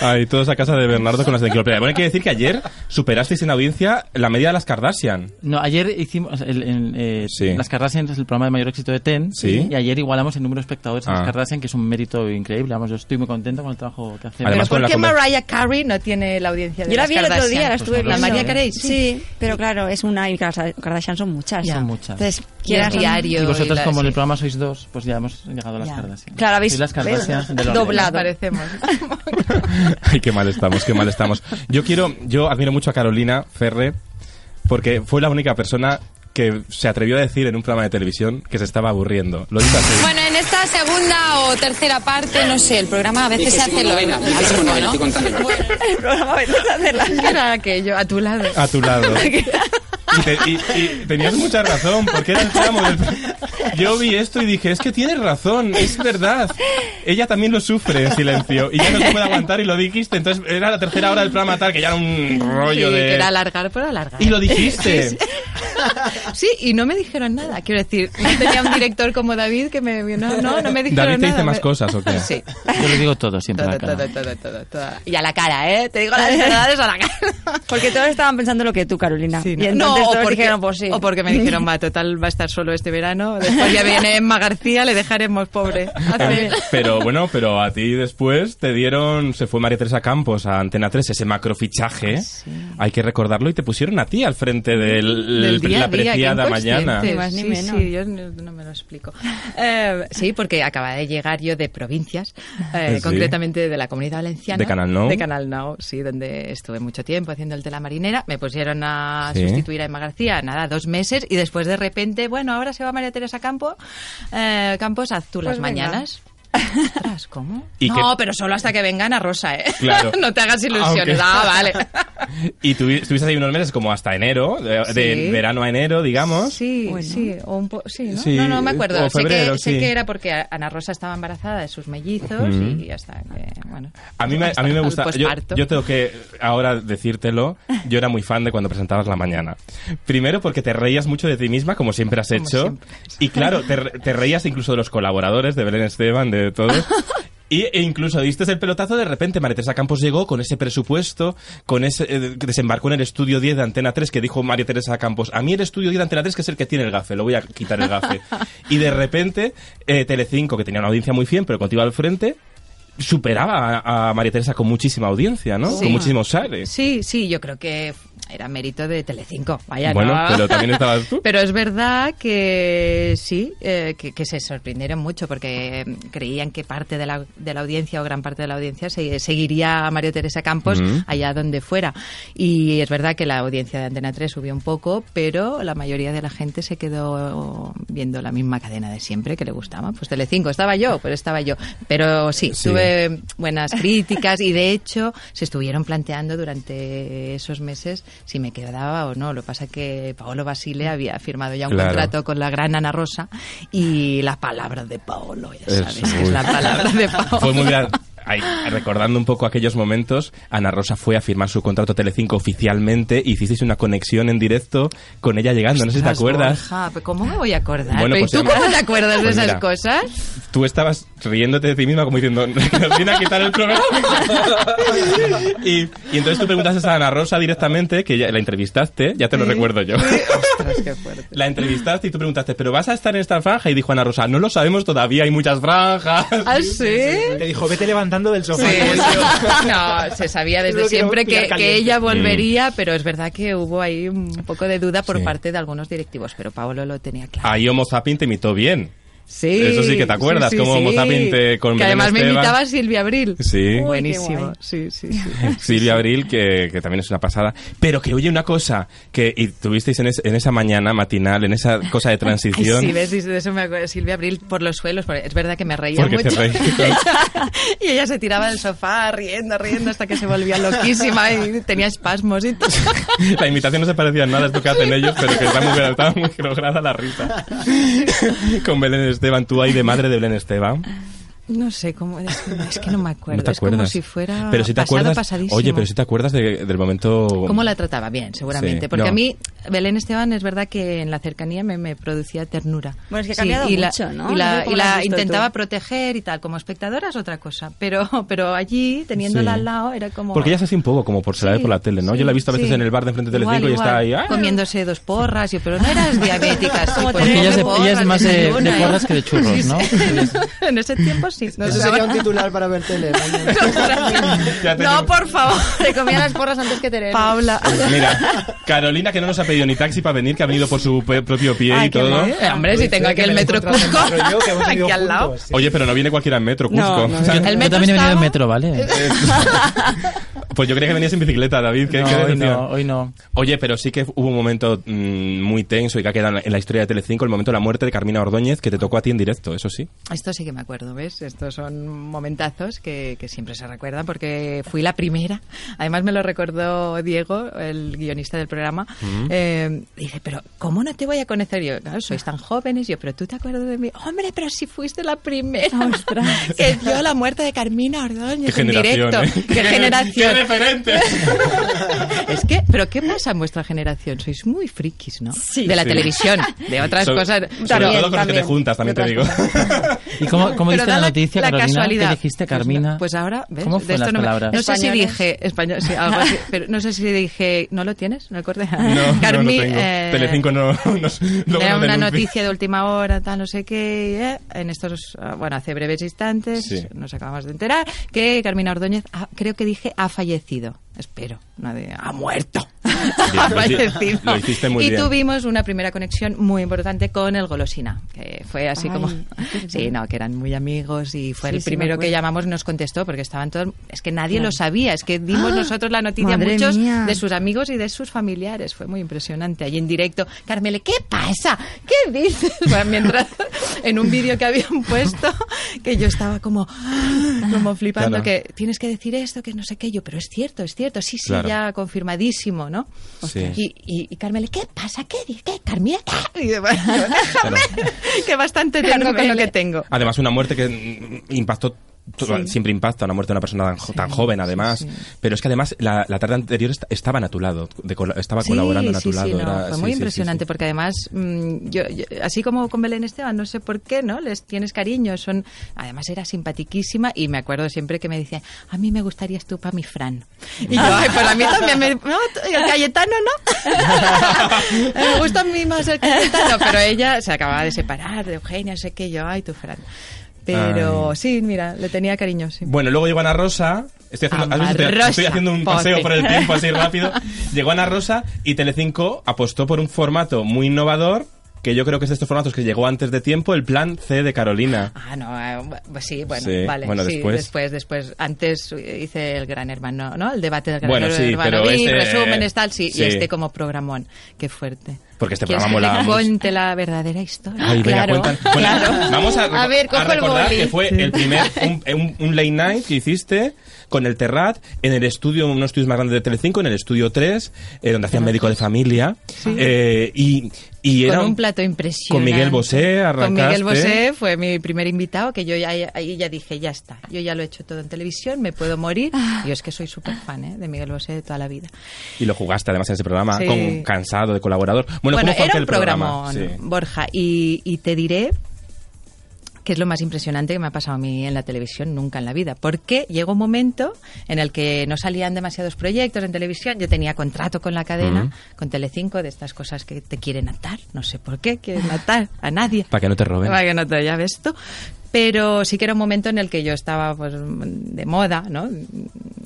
[SPEAKER 2] Ahí todos a casa de Bernardo con las enciclopedias. Bueno, hay que decir que ayer superasteis en audiencia la media de las Kardashian.
[SPEAKER 8] No, ayer hicimos el, en, eh,
[SPEAKER 2] Sí.
[SPEAKER 8] Las Kardashian es el programa de mayor éxito de TEN
[SPEAKER 2] Sí.
[SPEAKER 8] y ayer igualamos el número de espectadores en
[SPEAKER 2] Ah.
[SPEAKER 8] Las Kardashian, que es un mérito increíble. Vamos, yo estoy muy contento con el trabajo que hacemos.
[SPEAKER 7] Pero
[SPEAKER 2] Además, con
[SPEAKER 7] ¿por
[SPEAKER 2] la
[SPEAKER 7] qué
[SPEAKER 2] conver-
[SPEAKER 7] Mariah Carey no tiene la audiencia de
[SPEAKER 6] Yo la
[SPEAKER 7] las
[SPEAKER 6] vi el otro
[SPEAKER 7] Kardashian? Pues
[SPEAKER 6] día, la estuve
[SPEAKER 7] La
[SPEAKER 6] viendo.
[SPEAKER 7] Mariah Carey,
[SPEAKER 6] sí.
[SPEAKER 7] sí.
[SPEAKER 6] pero claro, es una y Kardas- Kardashian son muchas.
[SPEAKER 7] Ya.
[SPEAKER 8] Son muchas.
[SPEAKER 6] Entonces,
[SPEAKER 7] Y el
[SPEAKER 6] quieras o no-
[SPEAKER 7] diario.
[SPEAKER 8] Y vosotros,
[SPEAKER 7] la-
[SPEAKER 8] como en el
[SPEAKER 7] sí.
[SPEAKER 8] programa sois dos, pues ya hemos llegado a las
[SPEAKER 6] Ya.
[SPEAKER 8] Kardashian.
[SPEAKER 6] Claro, habéis-
[SPEAKER 8] Sois
[SPEAKER 7] [laughs]
[SPEAKER 8] las Kardashian del orden.
[SPEAKER 6] doblado.
[SPEAKER 7] Parecemos. [laughs]
[SPEAKER 2] [laughs] Ay, qué mal estamos, qué mal estamos. Yo quiero, yo admiro mucho a Carolina Ferre porque fue la única persona que se atrevió a decir en un programa de televisión que se estaba aburriendo. Lo digo así.
[SPEAKER 11] Bueno, en esta segunda o tercera parte, no sé, el programa a veces se hace lo
[SPEAKER 4] novena, dije como novena, estoy contando.
[SPEAKER 7] [laughs]
[SPEAKER 6] El programa de hacerla.
[SPEAKER 7] Era aquello, a tu lado.
[SPEAKER 2] A tu
[SPEAKER 7] [laughs]
[SPEAKER 2] lado. Y, te- y- y tenías mucha razón, porque era el tramo del... Yo vi esto y dije, es que tienes razón, es verdad. Ella también lo sufre en silencio. Y ya no se puede aguantar y lo dijiste. Entonces era la tercera hora del programa tal, que ya era un rollo
[SPEAKER 7] Sí,
[SPEAKER 2] de...
[SPEAKER 7] que era alargar por alargar.
[SPEAKER 2] Y lo
[SPEAKER 7] [laughs]
[SPEAKER 2] dijiste.
[SPEAKER 7] Sí, y no me dijeron nada. Quiero decir, no tenía un director como David que me... No, no, no me dijeron nada.
[SPEAKER 2] David te dice más
[SPEAKER 7] Me-
[SPEAKER 2] cosas, ¿o qué?
[SPEAKER 7] Sí.
[SPEAKER 8] Yo les digo todo, siempre. a
[SPEAKER 7] Todo,
[SPEAKER 8] la cara.
[SPEAKER 7] todo, todo, todo, todo. Y a la cara, ¿eh? Te digo las verdades a la cara.
[SPEAKER 6] [laughs] Porque todos estaban pensando lo que tú, Carolina.
[SPEAKER 7] Sí,
[SPEAKER 6] Y entonces
[SPEAKER 7] o
[SPEAKER 6] todos
[SPEAKER 7] porque,
[SPEAKER 6] dijeron, pues sí.
[SPEAKER 7] o porque me dijeron, va, total, va a estar solo este verano. Después ya viene Emma García, le dejaremos pobre. Hace-
[SPEAKER 2] Pero bueno, pero a ti después te dieron, se fue María Teresa Campos a Antena 3, ese
[SPEAKER 7] Ah,
[SPEAKER 2] macrofichaje, hay que recordarlo, y te pusieron a ti al frente del,
[SPEAKER 7] del día
[SPEAKER 2] la
[SPEAKER 7] a día, qué
[SPEAKER 2] preciada
[SPEAKER 7] inconscientes.
[SPEAKER 2] mañana.
[SPEAKER 6] Ni más ni
[SPEAKER 7] sí,
[SPEAKER 6] menos.
[SPEAKER 7] sí, yo no, no me lo explico. [laughs] Eh, sí, porque acababa de llegar yo de provincias, eh,
[SPEAKER 2] Sí.
[SPEAKER 7] concretamente de la Comunidad Valenciana.
[SPEAKER 2] De Canal Now.
[SPEAKER 7] De Canal Now, sí, donde estuve mucho tiempo haciendo el de la marinera. Me pusieron a
[SPEAKER 2] Sí.
[SPEAKER 7] sustituir a Emma García, nada, dos meses, y después de repente, bueno, ahora se va María Teresa Campo, eh, Campos, haz tú las
[SPEAKER 6] Pues venga.
[SPEAKER 7] mañanas. Ostras, ¿Cómo?
[SPEAKER 2] ¿Y
[SPEAKER 7] no,
[SPEAKER 2] qué-
[SPEAKER 7] pero solo hasta que vengan a Rosa, ¿eh?
[SPEAKER 2] Claro.
[SPEAKER 7] [laughs] no te hagas
[SPEAKER 2] Aunque-
[SPEAKER 7] ilusiones. Ah, vale.
[SPEAKER 2] [laughs] Y tuvi- estuviste ahí unos meses como hasta enero, de, de
[SPEAKER 7] Sí.
[SPEAKER 2] verano a enero, digamos.
[SPEAKER 7] Sí, sí, o un po- sí, ¿no?
[SPEAKER 2] Sí,
[SPEAKER 7] no, no me
[SPEAKER 2] o
[SPEAKER 7] acuerdo. sé,
[SPEAKER 2] febrero,
[SPEAKER 7] que, sé
[SPEAKER 2] sí.
[SPEAKER 7] que era porque a- Ana Rosa estaba embarazada de sus mellizos
[SPEAKER 2] Ujú.
[SPEAKER 7] y hasta que, bueno.
[SPEAKER 2] A mí me, a
[SPEAKER 7] [laughs]
[SPEAKER 2] mí me
[SPEAKER 7] Al
[SPEAKER 2] gusta. Yo,
[SPEAKER 7] posparto.
[SPEAKER 2] yo tengo que ahora decírtelo. Yo era muy fan de cuando presentabas la mañana. Primero porque te reías mucho de ti misma, como siempre has hecho.
[SPEAKER 7] siempre.
[SPEAKER 2] Y claro, te, re- te reías incluso de los colaboradores, de Belén Esteban, de
[SPEAKER 7] [laughs]
[SPEAKER 2] todos. Y, e incluso diste el pelotazo de repente. María Teresa Campos llegó con ese presupuesto, con ese eh, que desembarcó en el estudio 10 de Antena 3 que dijo María Teresa Campos, a mí el estudio 10 de Antena 3 que es el que tiene el gafe, lo voy a quitar el
[SPEAKER 7] [laughs]
[SPEAKER 2] gafe. Y de repente eh, Telecinco, que tenía una audiencia muy fiel, pero contigo al frente, superaba a, a María Teresa con muchísima audiencia, ¿no?
[SPEAKER 7] Sí.
[SPEAKER 2] Con muchísimos sales.
[SPEAKER 7] Sí, sí, yo creo que era mérito de Telecinco. Vaya,
[SPEAKER 2] Bueno,
[SPEAKER 7] no.
[SPEAKER 2] pero también estabas tú.
[SPEAKER 7] [laughs] Pero es verdad que sí, eh, que, que se sorprendieron mucho porque mm, creían que parte de la, de la audiencia o gran parte de la audiencia se- seguiría a Mario Teresa Campos
[SPEAKER 2] Ujú.
[SPEAKER 7] allá donde fuera. Y es verdad que la audiencia de Antena 3 subió un poco, pero la mayoría de la gente se quedó viendo la misma cadena de siempre que le gustaba. Pues Telecinco, estaba yo, pues estaba yo. Pero sí,
[SPEAKER 2] Sí.
[SPEAKER 7] tuve buenas críticas y de hecho se estuvieron planteando durante esos meses si me quedaba o no. Lo que pasa que Paolo Basile había firmado ya un
[SPEAKER 2] Claro.
[SPEAKER 7] contrato con la gran Ana Rosa y las palabras de Paolo, ya
[SPEAKER 2] Eso,
[SPEAKER 7] sabes, que es
[SPEAKER 2] uy.
[SPEAKER 7] la palabra de Paolo.
[SPEAKER 2] [laughs] Fue muy bien. Ahí, recordando un poco aquellos momentos, Ana Rosa fue a firmar su contrato a Telecinco oficialmente y hicisteis una conexión en directo con ella llegando. No sé si te
[SPEAKER 7] Ostras,
[SPEAKER 2] acuerdas.
[SPEAKER 7] Borja, pero ¿Cómo me voy a acordar?
[SPEAKER 2] Bueno,
[SPEAKER 7] Pero, ¿y
[SPEAKER 2] pues
[SPEAKER 7] ¿Tú
[SPEAKER 2] llama-
[SPEAKER 7] cómo te acuerdas
[SPEAKER 2] Pues
[SPEAKER 7] de esas
[SPEAKER 2] mira.
[SPEAKER 7] cosas?
[SPEAKER 2] Tú estabas riéndote de ti misma como diciendo, viene a quitar el programa. y, y entonces tú preguntas a Ana Rosa directamente, que ya la entrevistaste, ya te lo recuerdo yo. [laughs] La entrevistaste y tú preguntaste, ¿pero vas a estar en esta franja? Y dijo Ana Rosa, no lo sabemos todavía, hay muchas franjas.
[SPEAKER 7] [laughs] ¿Ah, sí?
[SPEAKER 9] Te dijo, vete levantando del sofá.
[SPEAKER 7] No, se sabía
[SPEAKER 9] Lo
[SPEAKER 7] desde
[SPEAKER 9] que
[SPEAKER 7] siempre
[SPEAKER 9] no pilla
[SPEAKER 7] que,
[SPEAKER 9] caliente.
[SPEAKER 7] que ella
[SPEAKER 2] Mm.
[SPEAKER 7] volvería, pero es verdad que hubo ahí un poco de duda por parte de algunos directivos, pero Paolo lo tenía claro.
[SPEAKER 2] Ahí Homo Sapien te imitó bien.
[SPEAKER 7] Sí.
[SPEAKER 2] Eso sí que te acuerdas,
[SPEAKER 7] sí,
[SPEAKER 2] como
[SPEAKER 7] sí.
[SPEAKER 2] Homo Sapien te con
[SPEAKER 7] Que
[SPEAKER 2] Belén
[SPEAKER 7] además me
[SPEAKER 2] Esteban.
[SPEAKER 7] invitaba Silvia Abril.
[SPEAKER 2] Sí. Uy, qué
[SPEAKER 7] Buenísimo.
[SPEAKER 2] guay.
[SPEAKER 7] Sí,
[SPEAKER 2] [laughs]
[SPEAKER 7] sí, sí.
[SPEAKER 2] Silvia Abril, que, que también es una pasada. Pero que oye una cosa, que y tuvisteis en, es- en esa mañana matinal, en esa cosa de transición.
[SPEAKER 7] Sí, ves, de eso me acuerdo. Silvia Abril por los suelos, porque es verdad que me reía
[SPEAKER 2] Porque te
[SPEAKER 7] mucho.
[SPEAKER 2] reías.
[SPEAKER 7] [laughs] y ella se tiraba del sofá riendo, riendo hasta que se volvía loquísima y tenía espasmos y todo.
[SPEAKER 2] [laughs] La imitación no se parecía en nada a esto que hacen ellos, pero que está muy, bien, está muy lograda la risa. [laughs] Con Belén Esteban, tú ahí de madre de Belén Esteban.
[SPEAKER 7] No sé cómo es, es que no me acuerdo.
[SPEAKER 2] No te
[SPEAKER 7] es como
[SPEAKER 2] acuerdas.
[SPEAKER 7] si fuera
[SPEAKER 2] pero si te
[SPEAKER 7] pasado,
[SPEAKER 2] acuerdas,
[SPEAKER 7] pasadísimo.
[SPEAKER 2] Oye, pero si te acuerdas de- del momento...
[SPEAKER 7] ¿Cómo la trataba? Bien, seguramente.
[SPEAKER 2] Sí,
[SPEAKER 7] porque
[SPEAKER 2] no.
[SPEAKER 7] a mí, Belén Esteban, es verdad que en la cercanía me, me producía ternura.
[SPEAKER 6] Bueno, es que ha
[SPEAKER 7] Sí,
[SPEAKER 6] cambiado
[SPEAKER 7] y la-
[SPEAKER 6] mucho, ¿no?
[SPEAKER 7] Y
[SPEAKER 6] No
[SPEAKER 7] la,
[SPEAKER 6] sé cómo
[SPEAKER 7] y
[SPEAKER 6] la has
[SPEAKER 7] la
[SPEAKER 6] visto
[SPEAKER 7] intentaba
[SPEAKER 6] tú.
[SPEAKER 7] proteger y tal. Como espectadora es otra cosa. Pero, pero allí,
[SPEAKER 2] Sí.
[SPEAKER 7] teniéndola al lado, era como...
[SPEAKER 2] Porque ella se hace un poco como por se la ve por la tele, ¿no? Yo la he visto a veces
[SPEAKER 7] sí.
[SPEAKER 2] en el bar de enfrente de Telecinco
[SPEAKER 7] Igual,
[SPEAKER 2] y está ahí...
[SPEAKER 7] igual,
[SPEAKER 2] ¡ah!
[SPEAKER 7] Comiéndose dos porras, yo, pero no eras [laughs] diabética. sí,
[SPEAKER 8] Como
[SPEAKER 7] pues
[SPEAKER 8] tenemos
[SPEAKER 7] come
[SPEAKER 8] Ella se- ella es más de- de
[SPEAKER 7] desayuna, ¿eh?
[SPEAKER 8] porras que de churros,
[SPEAKER 7] Sí, sí. [laughs]
[SPEAKER 8] ¿no?
[SPEAKER 7] en ese tiempo sí. No,
[SPEAKER 10] Eso
[SPEAKER 7] sé,
[SPEAKER 10] sería
[SPEAKER 7] ahora-
[SPEAKER 10] un titular para ver
[SPEAKER 7] [laughs]
[SPEAKER 10] tele.
[SPEAKER 2] Ya tenemos- Pues
[SPEAKER 7] no,
[SPEAKER 2] [laughs]
[SPEAKER 7] por favor.
[SPEAKER 11] Te comía las porras antes que Teresa.
[SPEAKER 7] Paula.
[SPEAKER 2] Mira, Carolina que no nos ha pedido ni taxi para venir, que ha venido por su pe- propio pie
[SPEAKER 8] [laughs]
[SPEAKER 2] y todo.
[SPEAKER 7] Eh, hombre, si tengo aquí el metro Cusco, [laughs] aquí al lado.
[SPEAKER 2] Oye, pero no viene cualquiera en metro, Cusco.
[SPEAKER 7] No, no,
[SPEAKER 2] O sea, [laughs]
[SPEAKER 7] El
[SPEAKER 8] Yo
[SPEAKER 7] metro
[SPEAKER 8] también he venido
[SPEAKER 7] estaba-
[SPEAKER 8] en metro, ¿vale?
[SPEAKER 7] [laughs]
[SPEAKER 2] Pues yo creía que venías en bicicleta, David. ¿Qué,
[SPEAKER 8] No,
[SPEAKER 2] qué
[SPEAKER 8] hoy
[SPEAKER 2] decepción.
[SPEAKER 8] no, hoy no.
[SPEAKER 2] Oye, pero sí que hubo un momento mm, muy tenso y que ha quedado en la- en la historia de Telecinco, el momento de la muerte de Carmina Ordóñez, que te tocó a ti en directo, eso sí.
[SPEAKER 7] Esto sí que me acuerdo, ¿ves? Estos son momentazos que, que siempre se recuerdan porque fui la primera. Además me lo recordó Diego, el guionista del programa.
[SPEAKER 11] Mm.
[SPEAKER 7] Eh, dice, pero ¿cómo no te voy a conocer? Yo, claro, sois tan jóvenes. Yo, pero ¿tú te acuerdas de mí? Hombre, pero si fuiste la primera [laughs] que vio la muerte de Carmina Ordóñez
[SPEAKER 9] Qué
[SPEAKER 7] en
[SPEAKER 9] generación,
[SPEAKER 7] directo.
[SPEAKER 9] ¿eh?
[SPEAKER 7] ¡Qué
[SPEAKER 9] Qué-
[SPEAKER 7] generación!
[SPEAKER 9] qué referente.
[SPEAKER 7] [laughs] es que, ¿pero qué pasa en vuestra generación? Sois muy frikis, ¿no? De la
[SPEAKER 8] Sí.
[SPEAKER 7] televisión, de otras
[SPEAKER 8] Sobre-
[SPEAKER 7] cosas.
[SPEAKER 8] sobre todo con los que te juntas, también te digo.
[SPEAKER 7] [laughs]
[SPEAKER 8] ¿Y cómo, cómo
[SPEAKER 7] Pero
[SPEAKER 8] diste
[SPEAKER 7] da
[SPEAKER 8] la
[SPEAKER 7] la-
[SPEAKER 8] noticia,
[SPEAKER 7] la
[SPEAKER 8] Carolina? que
[SPEAKER 7] casualidad.
[SPEAKER 8] dijiste Carmina?
[SPEAKER 7] Pues ahora, ¿ves?
[SPEAKER 8] ¿Cómo
[SPEAKER 7] De
[SPEAKER 8] fue las
[SPEAKER 7] esto no, me-
[SPEAKER 8] palabras?
[SPEAKER 7] no sé si
[SPEAKER 6] Españoles.
[SPEAKER 7] dije español, sí, algo así, pero no sé si dije, ¿no lo tienes? ¿No el corte?
[SPEAKER 2] [laughs] [laughs] No,
[SPEAKER 7] Carmi,
[SPEAKER 2] no, no tengo.
[SPEAKER 7] eh,
[SPEAKER 2] Telecinco no [laughs] nos luego nos
[SPEAKER 7] era una
[SPEAKER 2] denuncia.
[SPEAKER 7] noticia de última hora, tal, no sé qué. eh, en estos, ah, bueno, hace breves instantes
[SPEAKER 2] Sí.
[SPEAKER 7] nos acabamos de enterar que Carmina Ordóñez, ha- creo que dije, ha fallecido. Espero, no de, ha muerto. [laughs] ha
[SPEAKER 2] lo hici-
[SPEAKER 7] fallecido.
[SPEAKER 2] lo hiciste muy
[SPEAKER 7] y
[SPEAKER 2] bien.
[SPEAKER 7] tuvimos una primera conexión muy importante con el Golosina, que fue así
[SPEAKER 6] Ay,
[SPEAKER 7] como.
[SPEAKER 6] verdad.
[SPEAKER 7] Sí, no, que eran muy amigos y fue
[SPEAKER 6] Sí,
[SPEAKER 7] el
[SPEAKER 6] sí, me
[SPEAKER 7] primero que
[SPEAKER 6] acuerdo.
[SPEAKER 7] llamamos y nos contestó porque estaban todos. Es que nadie
[SPEAKER 6] Claro.
[SPEAKER 7] lo sabía, es que dimos
[SPEAKER 6] Ah,
[SPEAKER 7] nosotros la noticia a
[SPEAKER 6] madre
[SPEAKER 7] muchos
[SPEAKER 6] mía.
[SPEAKER 7] de sus amigos y de sus familiares. Fue muy impresionante allí en directo. Carmele, ¿qué pasa? ¿Qué dices? Bueno,
[SPEAKER 6] [laughs]
[SPEAKER 7] mientras en un vídeo que habían puesto, que yo estaba como, como flipando,
[SPEAKER 6] Claro.
[SPEAKER 7] que tienes que decir esto, que no sé qué, yo, pero es cierto, es cierto, sí, sí,
[SPEAKER 6] Claro.
[SPEAKER 7] ya confirmadísimo, ¿no?
[SPEAKER 6] Sí.
[SPEAKER 7] Y, y, y Carmele, ¿qué pasa? ¿Qué dices? ¿Qué? Carmela, ¿qué? Y yo, bueno, déjame, [laughs] que bastante tengo con lo que tengo.
[SPEAKER 2] Además, una muerte que mm, impactó. to-
[SPEAKER 7] Sí.
[SPEAKER 2] Siempre impacta una muerte de una persona tan, jo- tan joven, además. Pero es que además la, la tarde anterior est- estaban a tu lado, de col- estaba
[SPEAKER 7] Sí,
[SPEAKER 2] colaborando a tu
[SPEAKER 7] sí,
[SPEAKER 2] lado.
[SPEAKER 7] sí, no,
[SPEAKER 2] era-
[SPEAKER 7] fue
[SPEAKER 2] sí, sí,
[SPEAKER 7] muy
[SPEAKER 2] sí, sí.
[SPEAKER 7] impresionante porque además, mm, yo- yo- así como con Belén Esteban, no sé por qué, ¿no? Les tienes cariño, son, además era simpatiquísima y me acuerdo siempre que me decía, a mí me gustarías tú para mi Fran. Y yo, ay, para mí también me, no, el Cayetano, ¿no? [laughs] me gusta a mí más el Cayetano, pero ella se acababa de separar de Eugenia, no sé qué, yo, ay, tu Fran. Pero sí, mira, le tenía cariño, sí.
[SPEAKER 2] Bueno, luego llegó Ana Rosa. Estoy haciendo,
[SPEAKER 7] Ana
[SPEAKER 2] ¿has visto? Estoy- estoy
[SPEAKER 7] Rosa,
[SPEAKER 2] haciendo un
[SPEAKER 7] pobre.
[SPEAKER 2] paseo por el tiempo así
[SPEAKER 7] [laughs]
[SPEAKER 2] rápido. Llegó Ana Rosa y Telecinco apostó por un formato muy innovador que yo creo que es de estos formatos que llegó antes de tiempo, el plan C de Carolina.
[SPEAKER 7] Ah, no, eh, pues sí, bueno,
[SPEAKER 2] Sí,
[SPEAKER 7] vale.
[SPEAKER 2] bueno,
[SPEAKER 7] sí,
[SPEAKER 2] después.
[SPEAKER 7] después, después. Antes eh, hice el Gran Hermano, ¿no? El debate del Gran
[SPEAKER 2] Bueno, sí,
[SPEAKER 7] Hermano.
[SPEAKER 2] pero
[SPEAKER 7] Vi
[SPEAKER 2] este,
[SPEAKER 7] resúmenes, tal, sí,
[SPEAKER 2] sí.
[SPEAKER 7] Y este como programón. Qué fuerte.
[SPEAKER 2] Porque este
[SPEAKER 7] ¿Quieres
[SPEAKER 2] programa
[SPEAKER 7] que
[SPEAKER 2] mola
[SPEAKER 7] te
[SPEAKER 2] mucho.
[SPEAKER 7] cuente la verdadera historia?
[SPEAKER 2] Ay, venga,
[SPEAKER 7] claro.
[SPEAKER 2] cuenta- bueno,
[SPEAKER 7] claro.
[SPEAKER 2] Vamos a,
[SPEAKER 7] A ver, cojo el
[SPEAKER 2] recordar
[SPEAKER 7] boli.
[SPEAKER 2] que fue
[SPEAKER 7] Sí.
[SPEAKER 2] el
[SPEAKER 7] [laughs]
[SPEAKER 2] primer, un, un- un late night que hiciste con el Terrat en el estudio, unos estudios más grandes de Telecinco, en el estudio 3, eh, donde hacían médico de familia. Eh, y, y era
[SPEAKER 7] con
[SPEAKER 2] un-
[SPEAKER 7] un plato impresionante.
[SPEAKER 2] con Miguel Bosé
[SPEAKER 7] Con
[SPEAKER 2] arrancaste.
[SPEAKER 7] Miguel Bosé fue mi primer invitado, que yo ya, ahí ya dije, ya está, yo ya lo he hecho todo en televisión, me puedo morir.
[SPEAKER 2] Ah.
[SPEAKER 7] Yo es que soy súper fan ¿eh? de Miguel Bosé de toda la vida.
[SPEAKER 2] Y lo jugaste además en ese programa,
[SPEAKER 7] Sí.
[SPEAKER 2] con cansado de colaborador. Bueno, ¿cómo fue
[SPEAKER 7] era
[SPEAKER 2] aquel
[SPEAKER 7] un programón,
[SPEAKER 2] programa? Sí.
[SPEAKER 7] Borja, y, y te diré que es lo más impresionante que me ha pasado a mí en la televisión nunca en la vida. Porque llegó un momento en el que no salían demasiados proyectos en televisión. Yo tenía contrato con la cadena, con Telecinco, de estas cosas que te quieren atar. No sé por qué quieren atar a nadie.
[SPEAKER 2] Para que no te roben.
[SPEAKER 7] Para que no te- ya ves tú. Pero sí que era un momento en el que yo estaba pues, de moda, ¿no?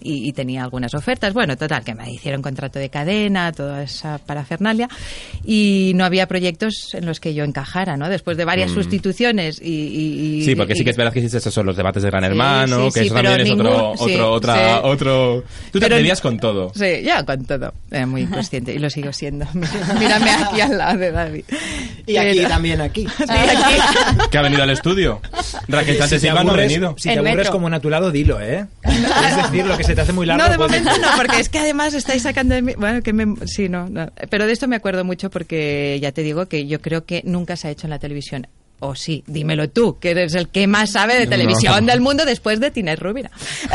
[SPEAKER 7] Y, y tenía algunas ofertas. Bueno, total, que me hicieron contrato de cadena, toda esa parafernalia. Y no había proyectos en los que yo encajara, ¿no? Después de varias
[SPEAKER 2] Mm.
[SPEAKER 7] sustituciones y... y- y-
[SPEAKER 2] Sí, porque sí
[SPEAKER 7] y-
[SPEAKER 2] que es verdad que hiciste eso, son los debates de Gran
[SPEAKER 7] Sí,
[SPEAKER 2] Hermano,
[SPEAKER 7] sí,
[SPEAKER 2] que
[SPEAKER 7] sí,
[SPEAKER 2] eso
[SPEAKER 7] pero
[SPEAKER 2] también es otro,
[SPEAKER 7] ningún- sí,
[SPEAKER 2] otro, otra,
[SPEAKER 7] sí.
[SPEAKER 2] otro... Tú te
[SPEAKER 7] Pero-
[SPEAKER 2] atrevías con todo.
[SPEAKER 7] Sí, ya con todo. Era muy consciente y lo sigo siendo. [laughs] Mírame aquí al lado de David.
[SPEAKER 10] Y aquí
[SPEAKER 7] [laughs]
[SPEAKER 10] también, aquí.
[SPEAKER 2] Que ha venido al estudio. Raquel
[SPEAKER 9] Si
[SPEAKER 2] Sánchez
[SPEAKER 9] te
[SPEAKER 2] Silva no ha
[SPEAKER 9] aburres-
[SPEAKER 2] venido.
[SPEAKER 9] Si te aburres como en a tu lado, dilo, ¿eh? Es decir, lo que se te hace muy largo. pues,
[SPEAKER 7] No, de
[SPEAKER 9] puedes- [laughs]
[SPEAKER 7] momento no, porque es que además estáis sacando de mí. Bueno, que me. Sí, no, no. Pero de esto me acuerdo mucho porque ya te digo que yo creo que nunca se ha hecho en la televisión. O sí, dímelo tú, que eres el que más sabe de
[SPEAKER 6] No.
[SPEAKER 2] [laughs]
[SPEAKER 7] televisión del mundo después de Tiner Rubina. [laughs]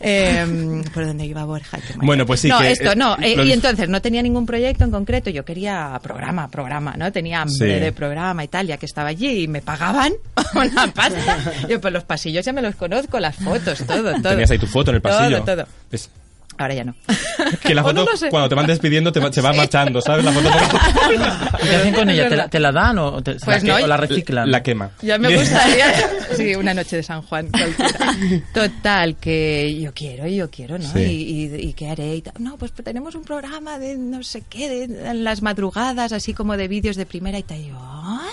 [SPEAKER 7] Eh, ¿Por dónde iba Borja? Qué mal.
[SPEAKER 2] Bueno, pues sí
[SPEAKER 7] No,
[SPEAKER 2] que-
[SPEAKER 7] esto, no.
[SPEAKER 2] eh,
[SPEAKER 7] eh,
[SPEAKER 2] lo
[SPEAKER 7] y
[SPEAKER 2] dif-
[SPEAKER 7] entonces no tenía ningún proyecto en concreto. Yo quería programa, programa, ¿no? Tenía hambre
[SPEAKER 2] Sí.
[SPEAKER 7] de programa y tal, ya que estaba allí y me pagaban [laughs] una pasta. Yo, pues los pasillos ya me los conozco, las fotos, todo, todo.
[SPEAKER 2] Tenías ahí tu foto en el pasillo.
[SPEAKER 7] Todo, todo.
[SPEAKER 2] Es
[SPEAKER 7] Ahora ya no.
[SPEAKER 2] que la
[SPEAKER 7] [laughs] O no
[SPEAKER 2] foto,
[SPEAKER 7] lo sé.
[SPEAKER 2] cuando te van despidiendo, te va- se va marchando, ¿sabes? La
[SPEAKER 7] [laughs]
[SPEAKER 2] foto
[SPEAKER 8] ¿Y ¿Qué hacen con ella? ¿Te la, te la dan o, te-
[SPEAKER 7] Pues
[SPEAKER 8] la, que-
[SPEAKER 7] no,
[SPEAKER 8] o la
[SPEAKER 7] y-
[SPEAKER 8] reciclan?
[SPEAKER 2] La quema.
[SPEAKER 7] Ya
[SPEAKER 2] [laughs]
[SPEAKER 7] me gustaría. Sí, una noche de San Juan. cualquiera. Total, que yo quiero, yo quiero, ¿no?
[SPEAKER 6] Sí.
[SPEAKER 7] Y, y- y qué haré? y tal. No, pues tenemos un programa de no sé qué, de, de las madrugadas, así como de vídeos de primera y tal. Y yo, "Ah,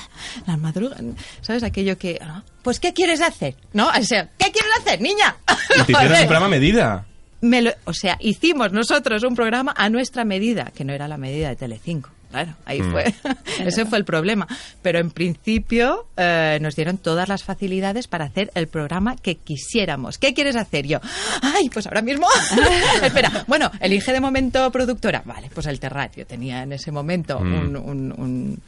[SPEAKER 7] las madrugadas. ¿Sabes aquello que.? ah, Pues, ¿qué quieres hacer? ¿No? O sea, ¿qué quieres hacer, niña?
[SPEAKER 2] Y te
[SPEAKER 7] [laughs]
[SPEAKER 2] hicieron un
[SPEAKER 7] Joder.
[SPEAKER 2] programa a medida.
[SPEAKER 7] Me lo- o sea, hicimos nosotros un programa a nuestra medida, que no era la medida de Telecinco. Claro, ahí
[SPEAKER 6] Mm.
[SPEAKER 7] fue. Ese fue el problema. Pero en principio eh, nos dieron todas las facilidades para hacer el programa que quisiéramos. ¿Qué quieres hacer yo? Ay, pues ahora mismo. [laughs] Espera, bueno, elige de momento productora. Vale, pues el Terrat. Yo tenía en ese momento
[SPEAKER 2] Mm.
[SPEAKER 7] un, un- un-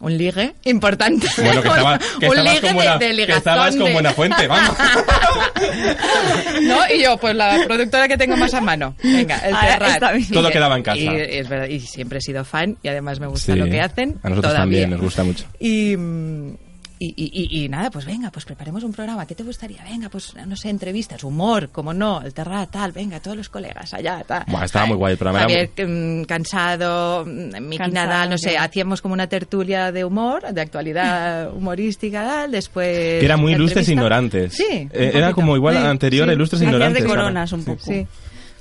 [SPEAKER 7] un ligue importante.
[SPEAKER 2] Bueno, que, estaba, que
[SPEAKER 7] [laughs] un
[SPEAKER 2] estabas
[SPEAKER 7] ligue
[SPEAKER 2] con
[SPEAKER 7] de-
[SPEAKER 2] buena,
[SPEAKER 7] de
[SPEAKER 2] que estabas
[SPEAKER 7] ligazón
[SPEAKER 2] con
[SPEAKER 7] de-
[SPEAKER 2] buena fuente,
[SPEAKER 7] [laughs]
[SPEAKER 2] vamos.
[SPEAKER 7] ¿No? Y yo, pues la productora que tengo más a mano. Venga, el
[SPEAKER 6] Ahora
[SPEAKER 7] Terrat.
[SPEAKER 6] está bien.
[SPEAKER 2] Todo quedaba en casa.
[SPEAKER 7] Y, es verdad, y siempre he sido fan y además me gusta
[SPEAKER 2] Sí.
[SPEAKER 7] lo que hacen.
[SPEAKER 2] A nosotros
[SPEAKER 7] todavía.
[SPEAKER 2] también nos gusta mucho.
[SPEAKER 7] Y, mm, y, y- y- y nada, pues venga, pues preparemos un programa. ¿Qué te gustaría? Venga, pues no sé, entrevistas, humor, como no, el Terrat, tal, venga, todos los colegas allá, tal.
[SPEAKER 2] Buah, estaba muy guay el programa. era
[SPEAKER 7] Javier
[SPEAKER 2] muy-
[SPEAKER 7] mm, Cansado, mm, Miki
[SPEAKER 6] Cansado,
[SPEAKER 7] Nadal, no sé,
[SPEAKER 6] claro.
[SPEAKER 7] hacíamos como una tertulia de humor, de actualidad humorística, tal, después...
[SPEAKER 2] que era muy
[SPEAKER 7] la
[SPEAKER 2] ilustres
[SPEAKER 7] entrevista.
[SPEAKER 2] ignorantes.
[SPEAKER 7] Sí.
[SPEAKER 2] Eh,
[SPEAKER 7] un
[SPEAKER 2] era
[SPEAKER 7] poquito.
[SPEAKER 2] como igual
[SPEAKER 7] Sí,
[SPEAKER 2] a anterior,
[SPEAKER 7] sí.
[SPEAKER 2] ilustres
[SPEAKER 6] Hacías de
[SPEAKER 2] ignorantes.
[SPEAKER 6] coronas un poco.
[SPEAKER 7] Sí.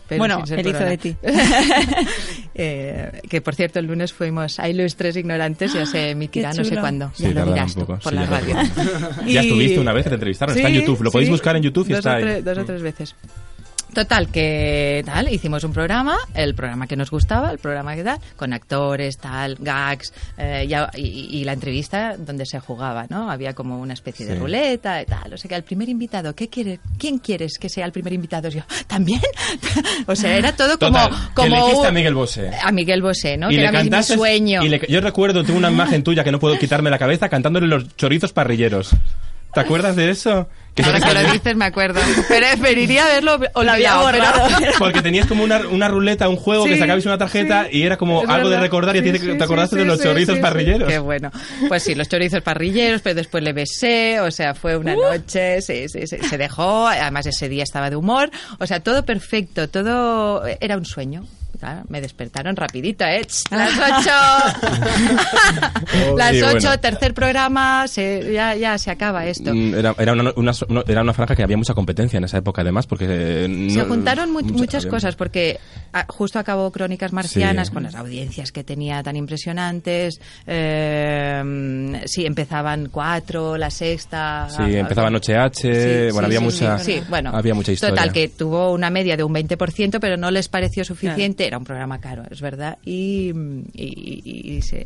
[SPEAKER 7] Pero
[SPEAKER 6] bueno,
[SPEAKER 7] sin ser
[SPEAKER 6] el hizo
[SPEAKER 7] corona.
[SPEAKER 6] de ti.
[SPEAKER 7] [laughs]
[SPEAKER 6] [laughs]
[SPEAKER 7] Eh, que por cierto, el lunes fuimios a Ilustres Ignorantes, ya se emitirá
[SPEAKER 6] Qué
[SPEAKER 7] no sé
[SPEAKER 6] chulo.
[SPEAKER 7] cuándo.
[SPEAKER 2] Sí,
[SPEAKER 7] ya lo
[SPEAKER 2] tardará
[SPEAKER 7] dirás
[SPEAKER 2] un poco,
[SPEAKER 7] tú por
[SPEAKER 2] sí,
[SPEAKER 7] la
[SPEAKER 2] ya lo
[SPEAKER 7] radio. [laughs]
[SPEAKER 2] Ya estuviste una vez que te entrevistaron, está en YouTube, lo podéis buscar en YouTube y
[SPEAKER 7] dos
[SPEAKER 2] está
[SPEAKER 7] o
[SPEAKER 2] ahí. Mm.
[SPEAKER 7] tres- dos o tres veces. Total, que tal, hicimos un programa, el programa que nos gustaba, el programa que tal, con actores, tal, gags, eh, ya- y, y la entrevista donde se jugaba, ¿no? Había como una especie de
[SPEAKER 6] Sí.
[SPEAKER 7] ruleta y tal. O sea que al primer invitado, ¿qué quiere, ¿quién quieres que sea el primer invitado? Yo, ¿también? [laughs] o sea, era todo
[SPEAKER 2] Total,
[SPEAKER 7] como.
[SPEAKER 2] que
[SPEAKER 7] como
[SPEAKER 2] elegiste a
[SPEAKER 7] un-
[SPEAKER 2] Miguel Bosé.
[SPEAKER 7] a Miguel Bosé, ¿no?
[SPEAKER 2] Y
[SPEAKER 7] que
[SPEAKER 2] le
[SPEAKER 7] era mi- mi
[SPEAKER 2] cantaste-
[SPEAKER 7] sueño.
[SPEAKER 2] y le- yo recuerdo, tengo una imagen tuya que no puedo quitarme la cabeza cantándole los chorizos parrilleros. ¿Te acuerdas de eso? Que
[SPEAKER 7] Ahora
[SPEAKER 2] son
[SPEAKER 7] que lo
[SPEAKER 2] esas-
[SPEAKER 7] dices me acuerdo. Pero preferiría
[SPEAKER 2] [laughs]
[SPEAKER 7] haberlo olvidado. pero-
[SPEAKER 2] Porque tenías como una, una ruleta, un juego que
[SPEAKER 7] Sí,
[SPEAKER 2] sacabais una tarjeta y era como
[SPEAKER 7] Es
[SPEAKER 2] algo de
[SPEAKER 7] verdad.
[SPEAKER 2] recordar y a ti
[SPEAKER 7] Sí,
[SPEAKER 2] te,
[SPEAKER 7] sí,
[SPEAKER 2] te acordaste
[SPEAKER 7] sí,
[SPEAKER 2] de los
[SPEAKER 7] sí,
[SPEAKER 2] chorizos
[SPEAKER 7] sí, sí.
[SPEAKER 2] parrilleros.
[SPEAKER 7] Qué bueno. Pues sí, los chorizos parrilleros, pero después le besé, o sea, fue una
[SPEAKER 2] Uh.
[SPEAKER 7] noche, sí, sí, sí, se dejó, además ese día estaba de humor, o sea, todo perfecto, todo era un sueño. Claro, me despertaron rapidito, ¿eh? Ch,
[SPEAKER 2] [laughs]
[SPEAKER 7] Las ocho. [laughs] Las
[SPEAKER 2] Oh, Sí, bueno.
[SPEAKER 7] ocho, tercer programa, se, ya, ya se acaba esto.
[SPEAKER 2] Mm, Era, era una, una- una- era una franja que había mucha competencia en esa época, además, porque... eh,
[SPEAKER 7] Se
[SPEAKER 2] no-
[SPEAKER 7] juntaron mu-
[SPEAKER 2] mucha-
[SPEAKER 7] muchas
[SPEAKER 2] había-
[SPEAKER 7] cosas porque ah, justo acabó Crónicas Marcianas
[SPEAKER 2] Sí.
[SPEAKER 7] con las audiencias que tenía tan impresionantes. eh, sí, empezaban cuatro, la sexta. ah,
[SPEAKER 2] Sí, empezaba Noche H,
[SPEAKER 7] Sí,
[SPEAKER 2] bueno,
[SPEAKER 7] sí,
[SPEAKER 2] había
[SPEAKER 7] sí,
[SPEAKER 2] mucha
[SPEAKER 7] sí, sí, bueno,
[SPEAKER 2] había mucha historia.
[SPEAKER 7] Total, que tuvo una media de un 20%, pero no les pareció suficiente. Era un programa caro, es verdad. Y, y- y- y se-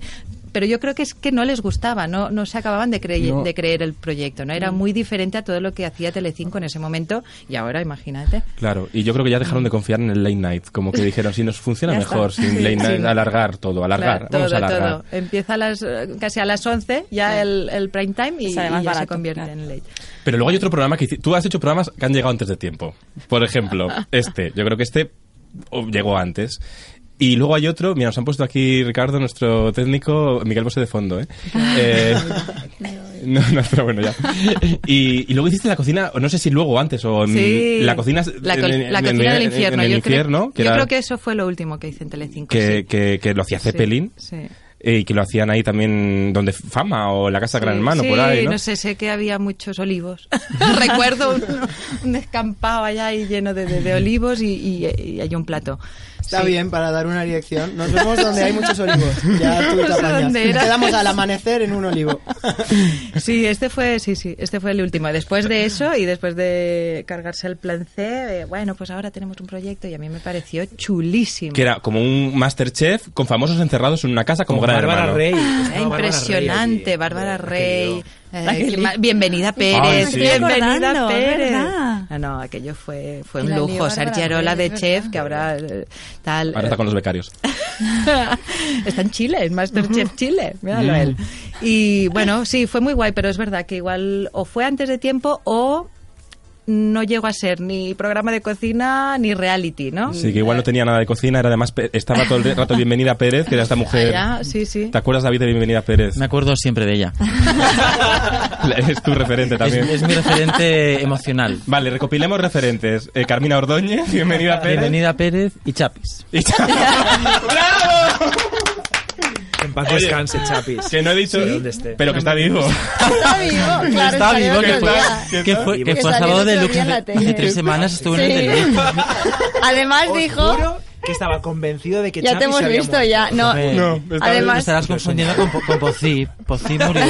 [SPEAKER 7] Pero yo creo que es que no les gustaba, no, no se acababan de, crey-
[SPEAKER 6] No.
[SPEAKER 7] de creer el proyecto. no Era
[SPEAKER 6] Mm.
[SPEAKER 7] muy diferente a todo lo que hacía Telecinco en ese momento y ahora, imagínate.
[SPEAKER 2] Claro, y yo creo que ya dejaron de confiar en el late night, como que dijeron, si nos funciona
[SPEAKER 7] [laughs] Ya
[SPEAKER 2] mejor,
[SPEAKER 7] está.
[SPEAKER 2] sin late
[SPEAKER 7] Sí.
[SPEAKER 2] night, alargar todo, alargar,
[SPEAKER 7] Claro,
[SPEAKER 2] vamos a
[SPEAKER 7] todo,
[SPEAKER 2] alargar.
[SPEAKER 7] todo. Empieza a las, eh, casi a las 11 ya el, el prime time y,
[SPEAKER 6] Es además
[SPEAKER 7] y ya se
[SPEAKER 6] barato,
[SPEAKER 7] convierte en late.
[SPEAKER 2] Pero luego hay otro programa que hici- tú has hecho programas
[SPEAKER 7] [laughs]
[SPEAKER 2] que han llegado antes de tiempo. Por ejemplo, este, yo creo que este o, oh, llegó antes. Y luego hay otro, mira, nos han puesto aquí Ricardo, nuestro técnico, Miguel Bosé de fondo, ¿eh? Eh, [laughs] no, no, pero bueno, ya. Y, y luego hiciste la cocina, o no sé si luego o antes, o en
[SPEAKER 7] Sí.
[SPEAKER 2] Mm, la cocina...
[SPEAKER 7] La, col-
[SPEAKER 2] en-
[SPEAKER 7] la
[SPEAKER 2] en-
[SPEAKER 7] cocina
[SPEAKER 2] en-
[SPEAKER 7] del
[SPEAKER 2] en-
[SPEAKER 7] infierno.
[SPEAKER 2] en el
[SPEAKER 7] yo creo-
[SPEAKER 2] infierno,
[SPEAKER 7] yo
[SPEAKER 2] que
[SPEAKER 7] creo,
[SPEAKER 2] era-
[SPEAKER 7] que eso fue lo último que hice en Telecinco.
[SPEAKER 2] que,
[SPEAKER 7] sí.
[SPEAKER 2] que- que lo hacía
[SPEAKER 7] Sí,
[SPEAKER 2] Zeppelin.
[SPEAKER 7] sí.
[SPEAKER 2] eh, Y que lo hacían ahí también donde Fama o la Casa Gran Hermano,
[SPEAKER 7] Sí,
[SPEAKER 2] por ahí, ¿no?
[SPEAKER 7] sé, sé que había muchos olivos. [laughs] Recuerdo un, un descampado allá y lleno de, de- de olivos y, y- y hay un plato.
[SPEAKER 10] Está
[SPEAKER 7] Sí.
[SPEAKER 10] bien para dar una dirección. Nos vemos donde hay muchos olivos. Ya tú
[SPEAKER 7] No
[SPEAKER 10] te
[SPEAKER 7] sé
[SPEAKER 10] apañas.
[SPEAKER 7] dónde era.
[SPEAKER 10] Quedamos al amanecer en un olivo.
[SPEAKER 7] Sí, este fue, sí, sí, este fue el último. Después de eso y después de cargarse el plan C, de, bueno, pues ahora tenemos un proyecto y a mí me pareció chulísimo.
[SPEAKER 2] Que era como un Masterchef con famosos encerrados en una casa como
[SPEAKER 9] Con
[SPEAKER 2] Gran
[SPEAKER 9] Bárbara
[SPEAKER 2] Hermano.
[SPEAKER 9] Rey.
[SPEAKER 7] Era Ah, impresionante, Bárbara Rey. eh,
[SPEAKER 6] Aquel
[SPEAKER 7] Clima- bienvenida Pérez,
[SPEAKER 6] Ay, sí.
[SPEAKER 7] bienvenida
[SPEAKER 6] Recordando, es
[SPEAKER 7] Pérez.
[SPEAKER 6] verdad.
[SPEAKER 7] No, no, aquello fue, fue
[SPEAKER 6] Y
[SPEAKER 7] un
[SPEAKER 6] la lió
[SPEAKER 7] lujo. Sergi
[SPEAKER 6] Bárbara
[SPEAKER 7] Arola de
[SPEAKER 6] Pérez,
[SPEAKER 7] chef,
[SPEAKER 6] ¿verdad?
[SPEAKER 7] que ahora eh, tal.
[SPEAKER 2] Ahora está con los becarios.
[SPEAKER 7] [laughs] Está en Chile, en Masterchef Chile. Míralo
[SPEAKER 2] Mm.
[SPEAKER 7] a él. Y bueno, sí, fue muy guay, pero es verdad que igual o fue antes de tiempo o no llegó a ser ni programa de cocina ni reality, ¿no?
[SPEAKER 2] Sí, que igual no tenía nada de cocina, era además pe- estaba todo el rato Bienvenida Pérez, que era esta mujer.
[SPEAKER 7] Allá, sí, sí.
[SPEAKER 2] ¿Te acuerdas, David, de Bienvenida Pérez? Me
[SPEAKER 8] acuerdo siempre de ella.
[SPEAKER 2] [laughs] Es tu referente también.
[SPEAKER 8] Es- es mi referente emocional.
[SPEAKER 2] Vale, recopilemos referentes. Eh, Carmina Ordóñez, [laughs] Bienvenida Pérez.
[SPEAKER 8] Bienvenida Pérez y Chapis.
[SPEAKER 2] Y Chapis. ¡Bravo! En
[SPEAKER 9] paz descanse, Chapis.
[SPEAKER 2] Que no he dicho,
[SPEAKER 9] Sí. ¿Dónde esté?
[SPEAKER 2] pero que está vivo. [laughs]
[SPEAKER 12] Está vivo, claro.
[SPEAKER 8] Está vivo,
[SPEAKER 12] salió
[SPEAKER 8] que
[SPEAKER 12] el
[SPEAKER 8] fue,
[SPEAKER 12] otro día.
[SPEAKER 8] que fue, que
[SPEAKER 12] Que
[SPEAKER 8] fue
[SPEAKER 12] salió
[SPEAKER 8] sábado
[SPEAKER 12] el otro
[SPEAKER 8] de Lux
[SPEAKER 12] día en la
[SPEAKER 8] hace
[SPEAKER 12] tele.
[SPEAKER 8] hace tres semanas, estuvo en el
[SPEAKER 12] Sí.
[SPEAKER 6] [laughs]
[SPEAKER 8] Telecinco.
[SPEAKER 12] Además
[SPEAKER 9] Os
[SPEAKER 12] dijo...
[SPEAKER 9] juro que estaba convencido de que
[SPEAKER 12] Ya te
[SPEAKER 9] Chapis
[SPEAKER 12] hemos
[SPEAKER 9] se había
[SPEAKER 12] visto,
[SPEAKER 9] muerto.
[SPEAKER 12] ya. No, No, está además- bien.
[SPEAKER 8] Me estarás confundiendo con, con Pocí. Pocí murió.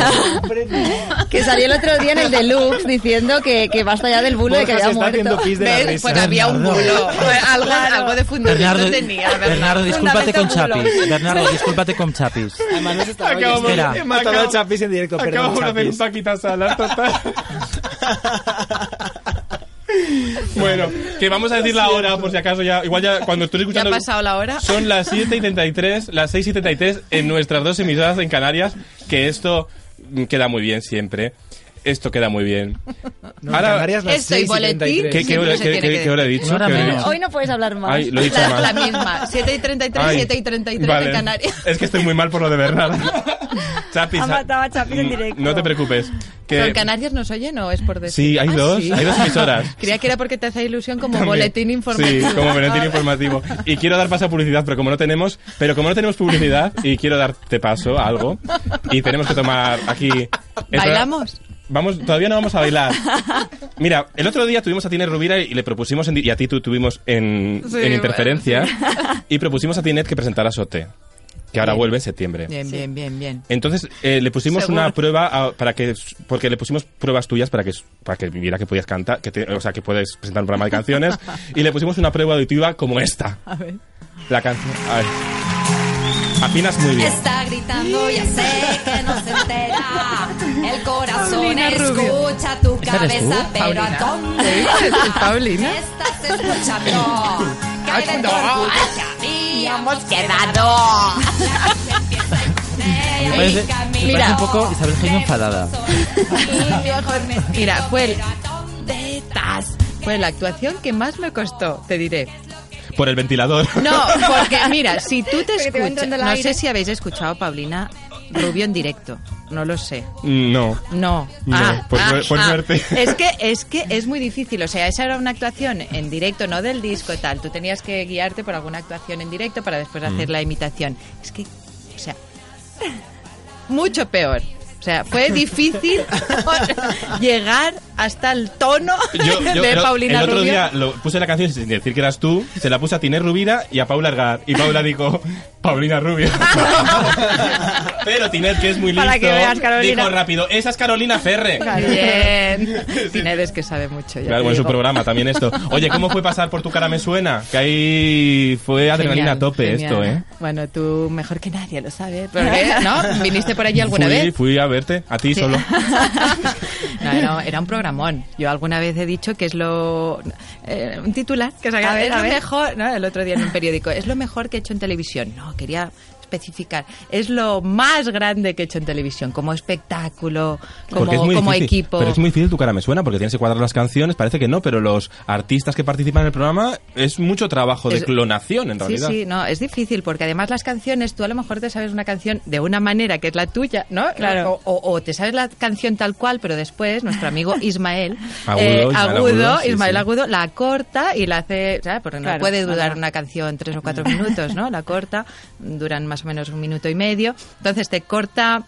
[SPEAKER 12] Que salió el otro día en el deluxe diciendo que, que basta ya del bulo de que
[SPEAKER 8] Borja
[SPEAKER 12] había
[SPEAKER 8] se está haciendo
[SPEAKER 12] muerto.
[SPEAKER 8] pis de la ¿Ves? risa.
[SPEAKER 12] Pues había un
[SPEAKER 8] bulo.
[SPEAKER 7] Algo, algo de fundamento
[SPEAKER 8] Bernardo,
[SPEAKER 7] tenía, ¿verdad?
[SPEAKER 8] Bernardo, discúlpate con
[SPEAKER 7] Fundamento
[SPEAKER 8] Chapis.
[SPEAKER 7] bulo.
[SPEAKER 8] Bernardo, discúlpate con Chapis.
[SPEAKER 9] Acabamos-
[SPEAKER 8] Espera.
[SPEAKER 9] He matado a Chapis en directo, perdón,
[SPEAKER 2] Acabamos de hacer un
[SPEAKER 9] Chapis.
[SPEAKER 2] paquita salas
[SPEAKER 9] [laughs]
[SPEAKER 2] total. bueno, que vamos a decir la hora, por si acaso ya. Igual ya cuando estoy
[SPEAKER 7] Ya ha
[SPEAKER 2] escuchando.
[SPEAKER 7] pasado la hora.
[SPEAKER 2] Son las 7 y 33, las 6 y 33 en nuestras dos emisoras en Canarias, que esto mm, queda muy bien siempre. Esto queda muy bien.
[SPEAKER 9] No, en Canarias las Estoy 6 y boletín,
[SPEAKER 2] ¿Qué,
[SPEAKER 9] 33.
[SPEAKER 2] qué
[SPEAKER 9] siempre
[SPEAKER 2] hora,
[SPEAKER 9] se
[SPEAKER 2] qué-
[SPEAKER 9] tiene
[SPEAKER 2] qué-
[SPEAKER 9] que
[SPEAKER 2] qué hora he
[SPEAKER 9] decir.
[SPEAKER 2] dicho?
[SPEAKER 9] Una
[SPEAKER 2] ¿Qué hora he
[SPEAKER 9] menos.
[SPEAKER 2] dicho?
[SPEAKER 12] Hoy no puedes hablar más.
[SPEAKER 2] Ay, lo he dicho
[SPEAKER 7] la,
[SPEAKER 2] mal.
[SPEAKER 7] la misma, 7 y 33,
[SPEAKER 2] Ay.
[SPEAKER 7] 7 y 33
[SPEAKER 2] Vale.
[SPEAKER 7] en Canarias.
[SPEAKER 2] Es que estoy muy mal por lo de
[SPEAKER 7] [laughs]
[SPEAKER 2] Bernardo. Chapis,
[SPEAKER 7] Ha matado a Chapis en
[SPEAKER 2] mm,
[SPEAKER 7] directo.
[SPEAKER 2] No te preocupes.
[SPEAKER 7] ¿Pero
[SPEAKER 2] Que
[SPEAKER 7] en Canarias nos oyen o es por decir? Ah,
[SPEAKER 2] Sí, hay dos, hay dos emisoras.
[SPEAKER 7] Creía que era porque te hace ilusión como
[SPEAKER 2] También.
[SPEAKER 7] boletín informativo.
[SPEAKER 2] Sí, como boletín informativo. Y quiero dar paso a publicidad, pero como no tenemos, pero como no tenemos publicidad y quiero darte paso a algo y tenemos que tomar aquí. el programa-
[SPEAKER 7] ¿Bailamos?
[SPEAKER 2] Vamos, todavía no vamos a bailar. Mira, el otro día tuvimos a Tinet Rubira y le propusimos, en di- y a ti tú tuvimos en,
[SPEAKER 7] Sí,
[SPEAKER 2] en
[SPEAKER 7] bueno,
[SPEAKER 2] interferencia, y propusimos a Tinet que presentara Sote, que ahora vuelve en septiembre.
[SPEAKER 7] Bien, bien, bien, bien.
[SPEAKER 2] Entonces eh, le pusimos
[SPEAKER 7] Seguro.
[SPEAKER 2] una prueba a- para que porque le pusimos pruebas tuyas para que para que viera que podías cantar, que te- o sea que puedes presentar un programa de canciones y le pusimos una prueba auditiva como esta.
[SPEAKER 7] A ver.
[SPEAKER 2] La canción. a ver. Afinas muy bien.
[SPEAKER 11] Está gritando, ya sé que no se entera. El corazón
[SPEAKER 7] Paulina Rubio.
[SPEAKER 11] escucha tu
[SPEAKER 7] ¿Esa eres tú?
[SPEAKER 11] cabeza, pero ¿a
[SPEAKER 7] Paulina.
[SPEAKER 11] dónde
[SPEAKER 7] ¿Sí? ¿Es Paulina?
[SPEAKER 11] estás escuchando? Cae dentro del orgullo que habíamos quedado.
[SPEAKER 8] Me parece, me parece
[SPEAKER 7] Mira.
[SPEAKER 8] un poco Isabel Genio enfadada.
[SPEAKER 7] Mira, fue el... ¿Dónde estás? Fue la actuación que más me costó, te diré.
[SPEAKER 2] Por el ventilador.
[SPEAKER 7] No, porque mira, si tú
[SPEAKER 12] Porque te
[SPEAKER 7] te
[SPEAKER 12] va
[SPEAKER 7] escuchas...
[SPEAKER 12] entrando el
[SPEAKER 7] No
[SPEAKER 12] aire.
[SPEAKER 7] sé si habéis escuchado a Paulina Rubio en directo. No lo sé.
[SPEAKER 2] [laughs] No.
[SPEAKER 7] No. Ah,
[SPEAKER 2] No, por suer- por suerte. [laughs]
[SPEAKER 7] Es que, es que es muy difícil. O sea, esa era una actuación en directo, no del disco y tal. Tú tenías que guiarte por alguna actuación en directo para después
[SPEAKER 11] Mm.
[SPEAKER 7] hacer la imitación. Es que, o sea, mucho peor. O
[SPEAKER 2] [laughs]
[SPEAKER 7] sea, fue difícil [laughs] llegar hasta el tono [laughs] de
[SPEAKER 2] el o-
[SPEAKER 7] Paulina
[SPEAKER 2] el otro
[SPEAKER 7] Rubio.
[SPEAKER 2] día lo- puse la canción sin decir que eras tú, se la puse a Tinet Rubira y a Paula Argar. Y Paula dijo, Paulina
[SPEAKER 7] [laughs]
[SPEAKER 2] Rubio. Pero Tinet, que es muy listo,
[SPEAKER 7] Para que veas, Carolina.
[SPEAKER 2] dijo rápido, esa es Carolina Ferre.
[SPEAKER 7] Bien. Tinet es que sabe mucho. ya
[SPEAKER 2] Claro,
[SPEAKER 7] te
[SPEAKER 2] bueno, es un
[SPEAKER 7] digo.
[SPEAKER 2] programa también
[SPEAKER 7] [laughs]
[SPEAKER 2] esto. Oye, ¿cómo fue pasar por tu cara me suena? Que ahí fue adrenalina a
[SPEAKER 7] Genial,
[SPEAKER 2] tope
[SPEAKER 7] genial.
[SPEAKER 2] esto, ¿eh?
[SPEAKER 7] Bueno, tú mejor que nadie lo sabes. Porque, ¿no? ¿Viniste por allí alguna
[SPEAKER 2] fui,
[SPEAKER 7] vez?
[SPEAKER 2] Fui a verte, a ti
[SPEAKER 7] Sí. [laughs]
[SPEAKER 2] solo.
[SPEAKER 7] No, no, era un programón. Yo alguna vez he dicho que es lo... eh, un titular que se
[SPEAKER 12] A ver,
[SPEAKER 7] es
[SPEAKER 12] a
[SPEAKER 7] lo
[SPEAKER 12] ver.
[SPEAKER 7] mejor... ¿no? El otro día en un periódico. Es lo mejor que he hecho en televisión. No, quería... especificar. Es lo más grande que he hecho en televisión, como espectáculo, como,
[SPEAKER 2] porque es muy
[SPEAKER 7] como
[SPEAKER 2] difícil,
[SPEAKER 7] equipo.
[SPEAKER 2] Pero es muy difícil tu cara me suena porque tienes que cuadrar las canciones, parece que no, pero los artistas que participan en el programa es mucho trabajo de
[SPEAKER 7] Es-
[SPEAKER 2] clonación en realidad.
[SPEAKER 7] Sí, sí, no, es difícil porque además las canciones, tú a lo mejor te sabes una canción de una manera que es la tuya, ¿no?
[SPEAKER 6] Claro.
[SPEAKER 7] O, o- o te sabes la canción tal cual, pero después
[SPEAKER 6] [laughs]
[SPEAKER 7] nuestro amigo Ismael, eh,
[SPEAKER 6] Agudo, Ismael
[SPEAKER 7] agudo,
[SPEAKER 6] Agudo, sí,
[SPEAKER 7] Ismael
[SPEAKER 6] sí.
[SPEAKER 7] Agudo, la corta y la hace, ¿sabes? Porque no
[SPEAKER 6] Claro,
[SPEAKER 7] puede
[SPEAKER 6] no,
[SPEAKER 7] durar
[SPEAKER 6] no.
[SPEAKER 7] una canción tres o cuatro
[SPEAKER 6] [laughs]
[SPEAKER 7] minutos, ¿no? La corta, duran más o menos un minuto y medio, entonces te corta... mm,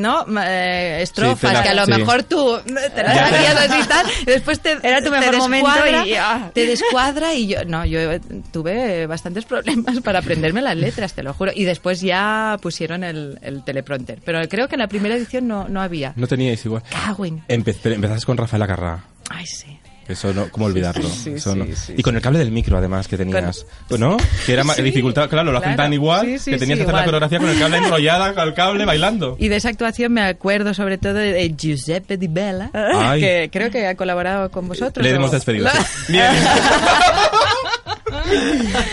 [SPEAKER 7] ¿No? Eh, estrofas
[SPEAKER 6] la-
[SPEAKER 7] que a lo
[SPEAKER 6] sí.
[SPEAKER 7] mejor tú mm, te las
[SPEAKER 6] Ya te-
[SPEAKER 7] hacías así y tal, y después te
[SPEAKER 6] Era tu
[SPEAKER 7] te
[SPEAKER 6] mejor momento
[SPEAKER 7] descuadra,
[SPEAKER 6] y, ah.
[SPEAKER 7] te descuadra y yo no yo eh, tuve eh, bastantes problemas para aprenderme las letras te lo juro y después ya pusieron el, el teleprompter pero creo que en la primera edición no, no había
[SPEAKER 2] No teníais igual.
[SPEAKER 7] Cago en-
[SPEAKER 2] Empe- pero empezaste con Rafael Acarrá.
[SPEAKER 7] ay sí
[SPEAKER 2] Eso no, ¿cómo olvidarlo?
[SPEAKER 7] Sí,
[SPEAKER 2] Eso
[SPEAKER 7] sí,
[SPEAKER 2] no.
[SPEAKER 7] sí,
[SPEAKER 2] y con el cable del micro, además, que tenías. ¿No? Que era más
[SPEAKER 7] Sí,
[SPEAKER 2] dificultad, claro, lo hacen
[SPEAKER 7] claro.
[SPEAKER 2] tan igual
[SPEAKER 7] Sí, sí,
[SPEAKER 2] que tenías
[SPEAKER 7] sí,
[SPEAKER 2] que hacer la
[SPEAKER 7] igual.
[SPEAKER 2] coreografía con el cable enrollada, con el cable bailando.
[SPEAKER 7] y de esa actuación me acuerdo sobre todo de, de Giuseppe Di Bella
[SPEAKER 2] Ay.
[SPEAKER 7] que creo que ha colaborado con vosotros
[SPEAKER 2] Le
[SPEAKER 7] ¿o?
[SPEAKER 2] hemos despedido. sí.
[SPEAKER 7] [laughs]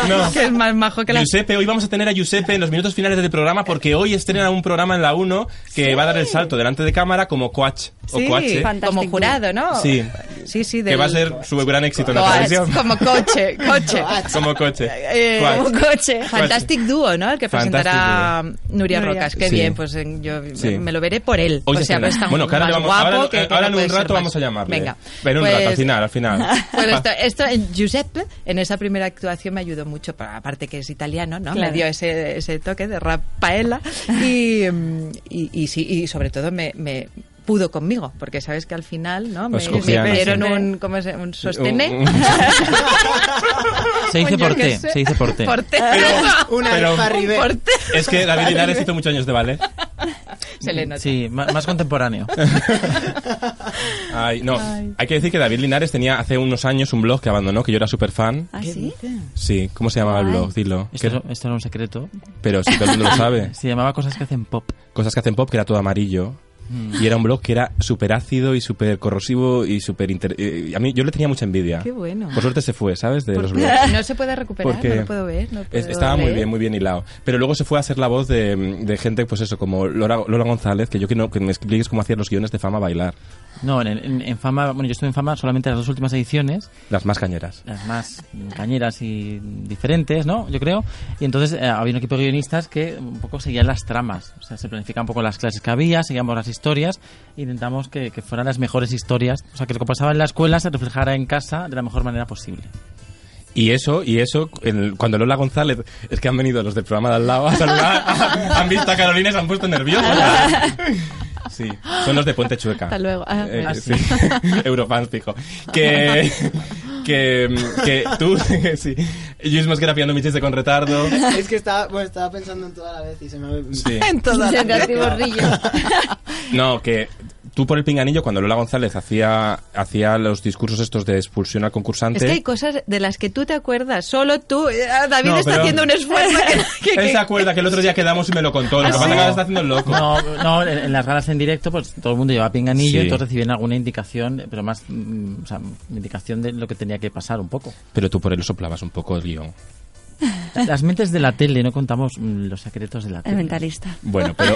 [SPEAKER 2] No.
[SPEAKER 7] que es más majo que la
[SPEAKER 2] Giuseppe, hoy vamos a tener a Giuseppe en los minutos finales del programa porque hoy estrena un programa en la 1 que va a dar el salto delante de cámara como coach o
[SPEAKER 7] Sí,
[SPEAKER 2] coache.
[SPEAKER 7] como jurado no
[SPEAKER 2] Sí.
[SPEAKER 7] sí sí
[SPEAKER 2] Que
[SPEAKER 7] del-
[SPEAKER 2] va a ser su gran éxito en la
[SPEAKER 7] Coach,
[SPEAKER 2] televisión.
[SPEAKER 7] como coche coche
[SPEAKER 2] Como coche.
[SPEAKER 7] Eh,
[SPEAKER 2] Coach.
[SPEAKER 7] como coche. Fantastic Duo, ¿no? El que
[SPEAKER 2] Fantastic
[SPEAKER 7] presentará Nuria
[SPEAKER 2] Nuria.
[SPEAKER 7] Rocas. Qué
[SPEAKER 2] Sí.
[SPEAKER 7] bien, pues eh, yo
[SPEAKER 2] Sí.
[SPEAKER 7] me lo veré por él.
[SPEAKER 2] Hoy
[SPEAKER 7] o
[SPEAKER 2] se
[SPEAKER 7] sea,
[SPEAKER 2] estrena.
[SPEAKER 7] pues está
[SPEAKER 2] Bueno, que ahora le
[SPEAKER 7] más
[SPEAKER 2] vamos-
[SPEAKER 7] guapo
[SPEAKER 2] ahora-
[SPEAKER 7] que- que
[SPEAKER 2] ahora
[SPEAKER 7] no
[SPEAKER 2] en un
[SPEAKER 7] puede ser
[SPEAKER 2] rato
[SPEAKER 7] más.
[SPEAKER 2] vamos a llamarle.
[SPEAKER 7] Venga.
[SPEAKER 2] En un
[SPEAKER 7] Pues-
[SPEAKER 2] rato, al final, al
[SPEAKER 7] [laughs]
[SPEAKER 2] final.
[SPEAKER 7] Bueno, esto, esto, eh, Giuseppe, en esa primera actuación me ayudó mucho, pa- aparte que es italiano, ¿no?
[SPEAKER 6] Claro.
[SPEAKER 7] Me dio ese, ese toque de rapaela y, mm, y, y sí, y sobre todo me... me pudo conmigo, porque sabes que al final ¿no? me,
[SPEAKER 8] Os cogían
[SPEAKER 7] me dieron
[SPEAKER 8] así.
[SPEAKER 7] un, ¿cómo se- un sostené.
[SPEAKER 8] un- Se dice
[SPEAKER 7] Yo
[SPEAKER 8] por
[SPEAKER 7] qué
[SPEAKER 8] té,
[SPEAKER 7] sé.
[SPEAKER 8] se dice por té.
[SPEAKER 7] Por té. [laughs]
[SPEAKER 10] Una
[SPEAKER 2] [laughs] Pero-
[SPEAKER 10] Alfa Rivera.
[SPEAKER 7] Por té.
[SPEAKER 2] Es que David Linares hizo muchos años de ballet.
[SPEAKER 7] Se le nota.
[SPEAKER 8] Sí, ma- más contemporáneo.
[SPEAKER 2] Ay, no.
[SPEAKER 8] Ay.
[SPEAKER 2] Hay que decir que David Linares tenía hace unos años un blog que abandonó, que yo era súper fan.
[SPEAKER 6] ¿Ah, sí?
[SPEAKER 2] Sí, ¿cómo se llamaba el blog? Dilo.
[SPEAKER 8] Esto, era- esto era un secreto.
[SPEAKER 2] Pero si todo el mundo lo
[SPEAKER 7] [laughs]
[SPEAKER 2] sabe.
[SPEAKER 8] Se llamaba Cosas que hacen pop.
[SPEAKER 2] Cosas que hacen pop, que era todo amarillo.
[SPEAKER 8] Mm.
[SPEAKER 2] Y era un blog que era súper ácido y súper corrosivo y súper... inter- eh, a mí yo le tenía mucha envidia.
[SPEAKER 7] Qué bueno.
[SPEAKER 2] Por suerte se fue, ¿sabes? De los blogs.
[SPEAKER 7] No se ¿eh? puede recuperar,
[SPEAKER 2] Porque
[SPEAKER 7] no lo puedo ver. no
[SPEAKER 2] es-
[SPEAKER 7] puedo
[SPEAKER 2] estaba muy
[SPEAKER 7] leer.
[SPEAKER 2] bien, muy bien hilado. Pero luego se fue a hacer la voz de, de gente, pues eso, como Lola, Lola González, que yo quiero que me expliques cómo hacían los guiones de fama bailar.
[SPEAKER 8] No, en, en- en fama, bueno, yo estuve en fama solamente las dos últimas ediciones.
[SPEAKER 2] Las más cañeras.
[SPEAKER 8] las eh, más cañeras y diferentes, ¿no? Yo creo. Y entonces eh, había un equipo de guionistas que un poco seguían las tramas. O sea, se planificaban un poco las clases que había, seguíamos las historias, e intentamos que, que fueran las mejores historias. O sea, que lo que pasaba en la escuela se reflejara en casa de la mejor manera posible.
[SPEAKER 2] Y eso, y eso, el- cuando Lola González, es que han venido los del programa de al lado a saludar, han visto a Carolina y se han puesto nerviosos. Sí, son los de Puente Chueca.
[SPEAKER 7] Hasta luego. Ah,
[SPEAKER 2] Eh,
[SPEAKER 7] ah,
[SPEAKER 2] sí. [laughs] Eurofans, fijo. Que, que, que tú, [laughs] sí. Luis Mosquera pidiendo michiste con retardo.
[SPEAKER 10] Es que estaba, bueno, estaba pensando en toda la vez y se me...
[SPEAKER 2] Sí.
[SPEAKER 10] en
[SPEAKER 12] toda la vez.
[SPEAKER 8] [laughs]
[SPEAKER 2] No, que tú por el pinganillo, cuando Lola González hacía, hacía los discursos estos de expulsión al concursante.
[SPEAKER 7] Es que hay cosas de las que tú te acuerdas, solo tú. Eh, David
[SPEAKER 2] No,
[SPEAKER 7] está
[SPEAKER 2] pero-
[SPEAKER 7] haciendo un esfuerzo.
[SPEAKER 8] [laughs]
[SPEAKER 7] que- que-
[SPEAKER 2] Él
[SPEAKER 7] que-
[SPEAKER 2] se acuerda que el otro día quedamos y me lo contó. Lo
[SPEAKER 7] ¿Ah,
[SPEAKER 2] que pasa es que ahora está haciendo el loco.
[SPEAKER 8] No, no, en, en las galas en directo, pues todo el mundo llevaba pinganillo,
[SPEAKER 2] Sí.
[SPEAKER 8] y todos recibían alguna indicación, pero más, mm, o sea, indicación de lo que tenía que pasar un poco.
[SPEAKER 2] Pero tú por él soplabas un poco el guión.
[SPEAKER 8] Las mentes de la tele, no contamos mm, los secretos de la tele.
[SPEAKER 6] mentalista.
[SPEAKER 2] Bueno,
[SPEAKER 8] [laughs]
[SPEAKER 2] pero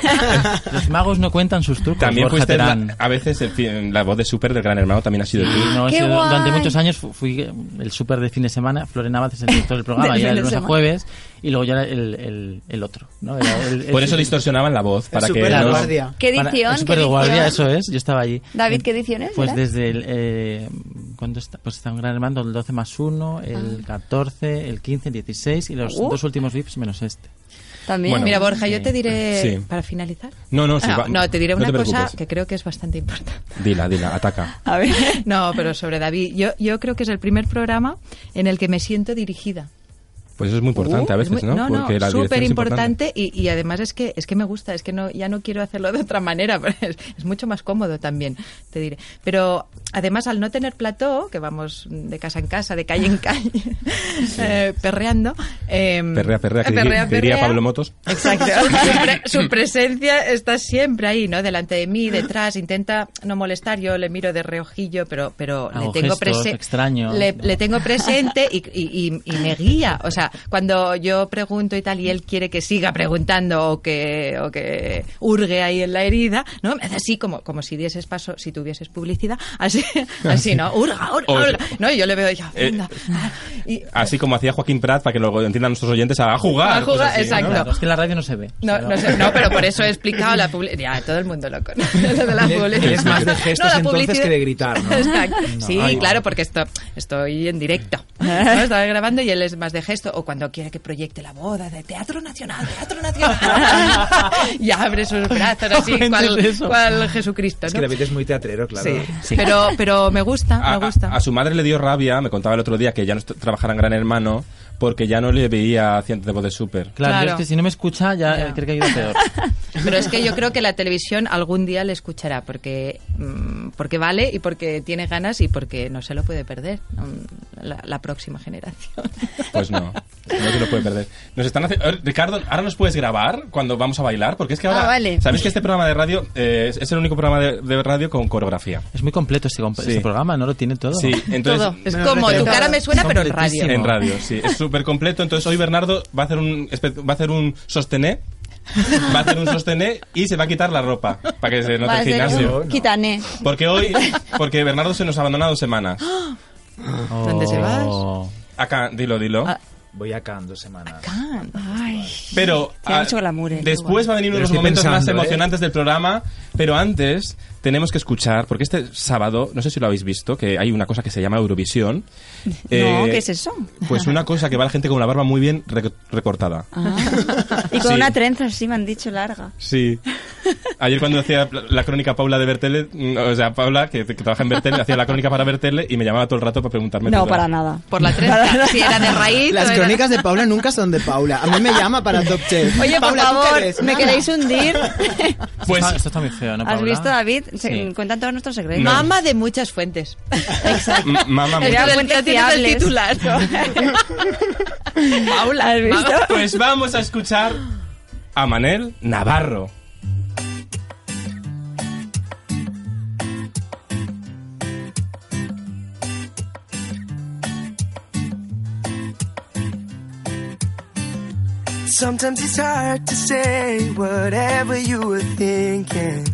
[SPEAKER 8] Los magos no cuentan sus trucos.
[SPEAKER 2] también
[SPEAKER 8] Borja
[SPEAKER 2] fuiste la-
[SPEAKER 8] Terán.
[SPEAKER 2] a veces en fin, la voz de Super del Gran Hermano también ha sido tú.
[SPEAKER 8] No,
[SPEAKER 6] Ah, ¡Qué
[SPEAKER 8] ese- durante
[SPEAKER 6] guay!
[SPEAKER 8] muchos años fu- fui el súper de fin de semana. Florena Navas es el director del programa,
[SPEAKER 6] Del fin
[SPEAKER 8] ya
[SPEAKER 6] [laughs]
[SPEAKER 8] era
[SPEAKER 6] de
[SPEAKER 8] el lunes a
[SPEAKER 6] semana.
[SPEAKER 8] jueves, y luego ya era el, el, el otro. ¿no? Era el- el-
[SPEAKER 2] Por eso distorsionaban la voz, para que...
[SPEAKER 8] Claro.
[SPEAKER 2] no-
[SPEAKER 6] ¿Qué
[SPEAKER 8] Para-
[SPEAKER 6] edición?
[SPEAKER 8] el súper
[SPEAKER 6] ¿Qué
[SPEAKER 8] de guardia,
[SPEAKER 6] edición?
[SPEAKER 8] eso es, yo estaba allí.
[SPEAKER 6] David, ¿qué ediciones
[SPEAKER 8] Pues
[SPEAKER 6] eran?
[SPEAKER 8] desde el... Eh, ¿Cuándo está? Pues está un gran hermano, el 12 más 1, el
[SPEAKER 6] Ah.
[SPEAKER 8] 14, el 15, el 16 y los
[SPEAKER 7] Uh.
[SPEAKER 8] dos últimos VIPs menos este.
[SPEAKER 6] También.
[SPEAKER 8] Bueno,
[SPEAKER 7] Mira, Borja, yo
[SPEAKER 8] sí.
[SPEAKER 7] te diré,
[SPEAKER 8] Sí.
[SPEAKER 7] para finalizar.
[SPEAKER 8] No, no, sí,
[SPEAKER 7] Ah,
[SPEAKER 8] va-
[SPEAKER 7] no, te diré
[SPEAKER 8] no
[SPEAKER 7] una
[SPEAKER 8] te
[SPEAKER 7] cosa
[SPEAKER 8] preocupes.
[SPEAKER 7] que creo que es bastante importante.
[SPEAKER 2] Dila, dila, ataca.
[SPEAKER 6] A ver.
[SPEAKER 7] [laughs] No, pero sobre David, yo, yo creo que es el primer programa en el que me siento dirigida.
[SPEAKER 2] Pues eso es muy importante a
[SPEAKER 7] Uh, es
[SPEAKER 2] veces, ¿no?
[SPEAKER 7] muy- No, no,
[SPEAKER 2] Porque la dirección
[SPEAKER 7] súper
[SPEAKER 2] es importante.
[SPEAKER 7] importante y, y además es que es que me gusta, [laughs] es que no ya no quiero hacerlo de otra manera, pero es, es mucho más cómodo también, te diré. Pero además, al no tener plató, que vamos de casa en casa, de
[SPEAKER 2] [laughs]
[SPEAKER 7] calle en calle, eh, perreando. eh,
[SPEAKER 2] Perrea, perrea, que diría- que diría Pablo Motos.
[SPEAKER 7] Exacto. Su pre- su presencia está siempre ahí, ¿no? Delante de mí, detrás, intenta no molestar, yo le miro de reojillo, pero, pero le
[SPEAKER 8] Hago
[SPEAKER 7] tengo
[SPEAKER 8] gestos
[SPEAKER 7] prese-
[SPEAKER 8] extraños.
[SPEAKER 7] Le, le tengo presente y, y- y- y me guía. O sea, cuando yo pregunto y tal, y él quiere que siga preguntando o que, o que hurgue ahí en la herida, ¿no? Me hace así como, como si dieses paso, si tuvieses publicidad, así, [laughs] así ¿no? Hurga, hurga,
[SPEAKER 2] O-
[SPEAKER 7] hurga. No, y yo le veo y yo,
[SPEAKER 2] Eh,
[SPEAKER 7] venga. ah",
[SPEAKER 2] Así como hacía Joaquín Prat, para que lo entiendan nuestros oyentes, a jugar.
[SPEAKER 7] A jugar,
[SPEAKER 2] cosas así,
[SPEAKER 7] exacto. Claro, es
[SPEAKER 8] que en la radio no se ve.
[SPEAKER 7] No, no, sé, no, pero por eso he explicado la publicidad. Ya, todo el mundo lo conoce. [laughs] lo de la
[SPEAKER 9] Eres-
[SPEAKER 7] publicidad.
[SPEAKER 9] eres más de
[SPEAKER 7] No,
[SPEAKER 9] gestos
[SPEAKER 7] la
[SPEAKER 9] entonces
[SPEAKER 7] publicidad-
[SPEAKER 9] que de gritar, ¿no?
[SPEAKER 7] Exacto.
[SPEAKER 9] No,
[SPEAKER 7] sí,
[SPEAKER 9] ahí va.
[SPEAKER 7] claro, porque esto, estoy
[SPEAKER 9] [laughs]
[SPEAKER 7] en directo. ¿no? Estaba grabando y él es más de gesto. O cuando quiere que proyecte la boda de Teatro Nacional,
[SPEAKER 9] [laughs]
[SPEAKER 7] Teatro Nacional. y abre sus brazos así,
[SPEAKER 9] Gente
[SPEAKER 7] cual,
[SPEAKER 9] de eso.
[SPEAKER 7] cual Jesucristo,
[SPEAKER 9] Es que
[SPEAKER 7] ¿no?
[SPEAKER 9] David es muy teatrero, claro. Ah,
[SPEAKER 7] Sí. Pero, pero me gusta,
[SPEAKER 2] A,
[SPEAKER 7] me gusta.
[SPEAKER 2] a- a su madre le dio rabia, me contaba el otro día que ya no est- trabajara en Gran Hermano porque ya no le veía haciendo de voz de súper.
[SPEAKER 8] Claro, yo
[SPEAKER 7] Claro.
[SPEAKER 8] es que si no me escucha ya eh, creo que hay ido
[SPEAKER 6] [laughs]
[SPEAKER 8] peor.
[SPEAKER 7] Pero es que yo creo que la televisión algún día le escuchará porque, mm, porque vale y porque tiene ganas y porque no se lo puede perder mm, la, la próxima generación.
[SPEAKER 2] Pues no, no se lo puede perder. Nos están hace- Eh, Ricardo, ¿ahora nos puedes grabar cuando vamos a bailar? Porque es que ahora...
[SPEAKER 7] Ah, vale.
[SPEAKER 2] ¿Sabéis que este programa de radio eh, es, es el único programa de, de radio con coreografía?
[SPEAKER 8] Es muy completo este, comp-
[SPEAKER 2] Sí.
[SPEAKER 8] este programa, ¿no? Lo tiene todo.
[SPEAKER 2] Sí, entonces...
[SPEAKER 7] Es como tu cara me suena, pero en radio.
[SPEAKER 2] En radio, sí. Es súper completo. Entonces hoy Bernardo va a hacer un, espe- va a hacer un sostené. Va a hacer un sostené y se va a quitar la ropa para que se note
[SPEAKER 12] Va a
[SPEAKER 2] el
[SPEAKER 12] ser
[SPEAKER 2] gimnasio.
[SPEAKER 12] un quitané.
[SPEAKER 2] Porque hoy, porque Bernardo se nos abandona dos semanas.
[SPEAKER 8] Oh.
[SPEAKER 7] ¿Dónde se vas?
[SPEAKER 2] Acá, dilo, dilo.
[SPEAKER 9] Voy a Cannes dos semanas.
[SPEAKER 7] Ah,
[SPEAKER 6] Ay.
[SPEAKER 2] Pero
[SPEAKER 6] Se ha
[SPEAKER 2] ah,
[SPEAKER 6] hecho glamour, eh,
[SPEAKER 2] después
[SPEAKER 6] igual.
[SPEAKER 2] va a venir uno
[SPEAKER 9] Pero
[SPEAKER 2] de los
[SPEAKER 9] estoy
[SPEAKER 2] momentos más
[SPEAKER 9] pensando, ¿eh?
[SPEAKER 2] emocionantes del programa, pero antes tenemos que escuchar, porque este sábado, no sé si lo habéis visto, que hay una cosa que se llama
[SPEAKER 6] [laughs]
[SPEAKER 2] Eurovisión.
[SPEAKER 6] no,
[SPEAKER 2] Eh,
[SPEAKER 6] ¿qué es eso?
[SPEAKER 2] Pues una cosa que va la gente con una barba muy bien rec- recortada.
[SPEAKER 6] Ah.
[SPEAKER 2] [laughs]
[SPEAKER 6] [laughs] Y con
[SPEAKER 2] Sí.
[SPEAKER 6] una trenza así me han dicho larga.
[SPEAKER 2] Sí. Ayer cuando hacía la- la crónica Paula de Bertele, mm, o sea, Paula, que, que trabaja en Bertele, hacía la crónica para Bertele y me llamaba todo el rato para preguntarme.
[SPEAKER 6] No,
[SPEAKER 2] todo.
[SPEAKER 6] para nada.
[SPEAKER 7] Por la
[SPEAKER 6] [laughs]
[SPEAKER 7] trenza, si era de raíz.
[SPEAKER 10] Las
[SPEAKER 7] o era-
[SPEAKER 10] crónicas de Paula nunca son de Paula. A mí me llama para Top Chef.
[SPEAKER 12] Oye, por
[SPEAKER 10] Paula, ¿tú qué
[SPEAKER 12] favor,
[SPEAKER 10] eres?
[SPEAKER 12] ¿me
[SPEAKER 10] Nada.
[SPEAKER 12] queréis hundir?
[SPEAKER 2] Pues,
[SPEAKER 8] ah, esto, está, esto está muy feo, ¿no,
[SPEAKER 6] ¿Has
[SPEAKER 8] Paula?
[SPEAKER 6] visto, David? Se
[SPEAKER 8] Sí.
[SPEAKER 6] cuentan todos nuestros secretos.
[SPEAKER 2] No.
[SPEAKER 7] Mama de muchas fuentes.
[SPEAKER 2] [laughs] M-
[SPEAKER 6] [laughs]
[SPEAKER 2] Mamá,
[SPEAKER 7] Es
[SPEAKER 2] mucho.
[SPEAKER 7] del-
[SPEAKER 6] fuentes
[SPEAKER 7] lo tienes del
[SPEAKER 6] fiables.
[SPEAKER 7] titular. [laughs] ¿no? Paula,
[SPEAKER 6] ¿Has visto?
[SPEAKER 7] vamos.
[SPEAKER 2] Pues vamos a escuchar a Manel Navarro.
[SPEAKER 13] Sometimes it's hard to say whatever you were thinking.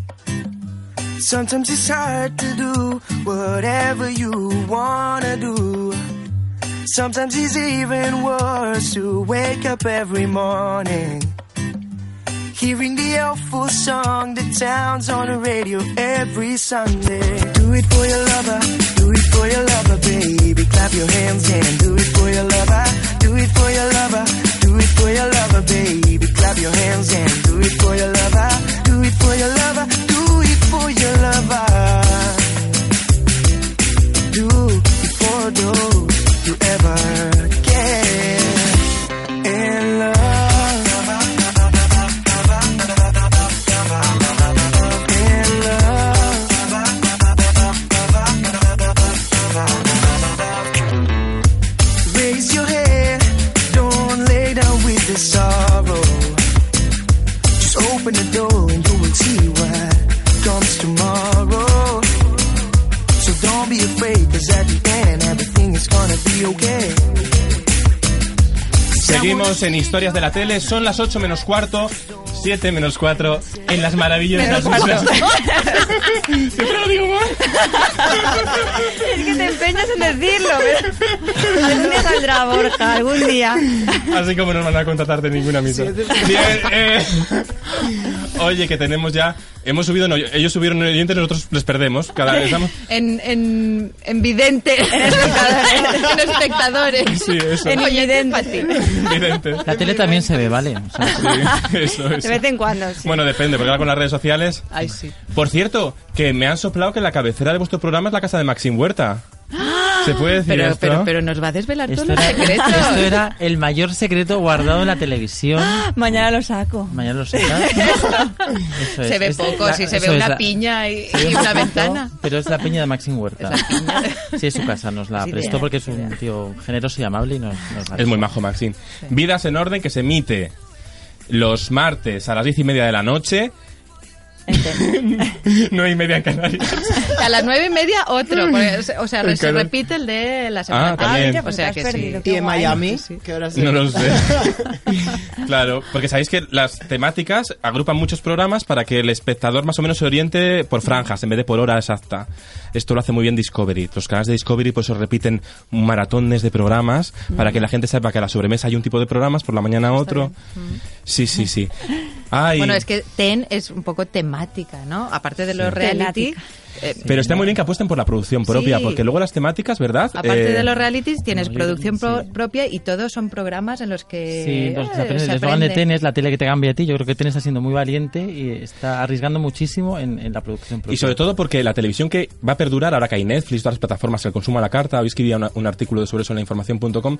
[SPEAKER 13] Sometimes it's hard to do whatever you wanna do. Sometimes it's even worse to wake up every morning. Hearing the awful song that sounds on the radio every Sunday. Do it for your lover, do it for your lover, baby. Clap your hands and do it for your lover, do it for your lover, do it for your lover, baby. Clap your hands and do it for your lover, do it for your lover, do it for your lover. Do it for those you ever get in love. Raise your head, don't lay down with the sorrow. Just open the door and you will see what comes tomorrow. So don't be afraid, cause at the end everything is gonna be okay.
[SPEAKER 2] Seguimos en Historias de la Tele, son las 8 menos cuarto, 7 menos 4, en las maravillosas islas. Siempre lo digo mal.
[SPEAKER 6] Es que te empeñas en decirlo. pero- [laughs] Algún día saldrá, Borja, algún día.
[SPEAKER 2] [laughs] Así como nos van a contratar de ninguna misa. Bien, eh, Oye, que tenemos ya. Hemos subido, no, ellos subieron oyentes, nosotros les perdemos. Cada vez
[SPEAKER 7] [laughs]
[SPEAKER 2] estamos.
[SPEAKER 7] En, en, en vidente, en espectadores. [laughs] en espectadores.
[SPEAKER 2] Sí, eso. En
[SPEAKER 7] Oye, qué fácil.
[SPEAKER 2] Vidente.
[SPEAKER 8] La tele también se ve, ¿vale?
[SPEAKER 7] [laughs]
[SPEAKER 8] O sea,
[SPEAKER 2] Sí, eso, eso.
[SPEAKER 6] en cuando.
[SPEAKER 2] Bueno, depende, porque ahora con las redes sociales.
[SPEAKER 7] Ay, sí.
[SPEAKER 2] Por cierto, que me han soplado que la cabecera de vuestro programa es la casa de Maxim Huerta. ¿Se puede decir
[SPEAKER 7] pero,
[SPEAKER 2] esto?
[SPEAKER 7] Pero, pero nos va a desvelar todos
[SPEAKER 8] Esto
[SPEAKER 7] los
[SPEAKER 8] era,
[SPEAKER 7] secretos.
[SPEAKER 8] esto era el mayor secreto guardado en la televisión.
[SPEAKER 6] Ah, Mañana lo saco.
[SPEAKER 8] Mañana lo sabrás.
[SPEAKER 7] [laughs]
[SPEAKER 8] Eso es.
[SPEAKER 7] Se ve
[SPEAKER 8] Es
[SPEAKER 7] poco,
[SPEAKER 8] la-
[SPEAKER 7] si se ve
[SPEAKER 8] eso es
[SPEAKER 7] una
[SPEAKER 8] la-
[SPEAKER 7] piña
[SPEAKER 8] [laughs]
[SPEAKER 7] y,
[SPEAKER 8] se ve
[SPEAKER 7] [laughs] y una
[SPEAKER 8] un poquito,
[SPEAKER 7] ventana.
[SPEAKER 8] Pero es la piña de Maxim Huerta. [laughs] Sí, es su casa, nos la
[SPEAKER 7] Es
[SPEAKER 8] prestó
[SPEAKER 7] ideal,
[SPEAKER 8] porque es un tío generoso y amable y nos, nos la
[SPEAKER 2] Es muy
[SPEAKER 8] prestó.
[SPEAKER 2] majo, Maxine. Vidas en Orden que se emite los martes a las diez y media de la noche. [laughs] no y media en Canarias.
[SPEAKER 7] A las nueve y media
[SPEAKER 8] [laughs]
[SPEAKER 7] otro, porque, o sea,
[SPEAKER 2] El
[SPEAKER 7] se
[SPEAKER 2] canal.
[SPEAKER 7] repite el de la semana
[SPEAKER 2] Ah, también. Ah, mira,
[SPEAKER 7] o
[SPEAKER 2] pues
[SPEAKER 7] sea
[SPEAKER 10] te
[SPEAKER 7] que
[SPEAKER 10] has
[SPEAKER 7] sí.
[SPEAKER 10] perdido, qué ¿Y en guay. Miami? ¿Qué hora
[SPEAKER 2] No lo sé. Claro, porque sabéis que las temáticas agrupan muchos programas para que el espectador más o menos se oriente por franjas en vez de por hora exacta. Esto lo hace muy bien Discovery. Los canales de Discovery pues os repiten maratones de programas para que la gente sepa que a la sobremesa hay un tipo de programas, por la mañana otro. Sí, sí, sí. Ay,
[SPEAKER 7] Bueno, es que TEN es un poco temática, ¿no? Aparte de los reality, eh,
[SPEAKER 2] pero está muy bien que apuesten por la producción propia,
[SPEAKER 7] Sí.
[SPEAKER 2] porque luego las temáticas, ¿verdad?
[SPEAKER 7] aparte
[SPEAKER 2] Eh,
[SPEAKER 7] de los realities tienes
[SPEAKER 8] no, yo-
[SPEAKER 7] producción pro- propia y todos son programas en los que
[SPEAKER 8] Sí, los que se
[SPEAKER 7] eh,
[SPEAKER 8] aprende-
[SPEAKER 7] se
[SPEAKER 8] el eslogan de
[SPEAKER 7] aprende.
[SPEAKER 8] TEN es la tele que te cambia a ti. Yo creo que TEN está siendo muy valiente y está arriesgando muchísimo en, en la producción propia.
[SPEAKER 2] Y sobre todo porque la televisión que va a perdurar ahora que hay Netflix, todas las plataformas, el consumo a la carta, hoy escribía una- un artículo de sobre eso en lainformación.com,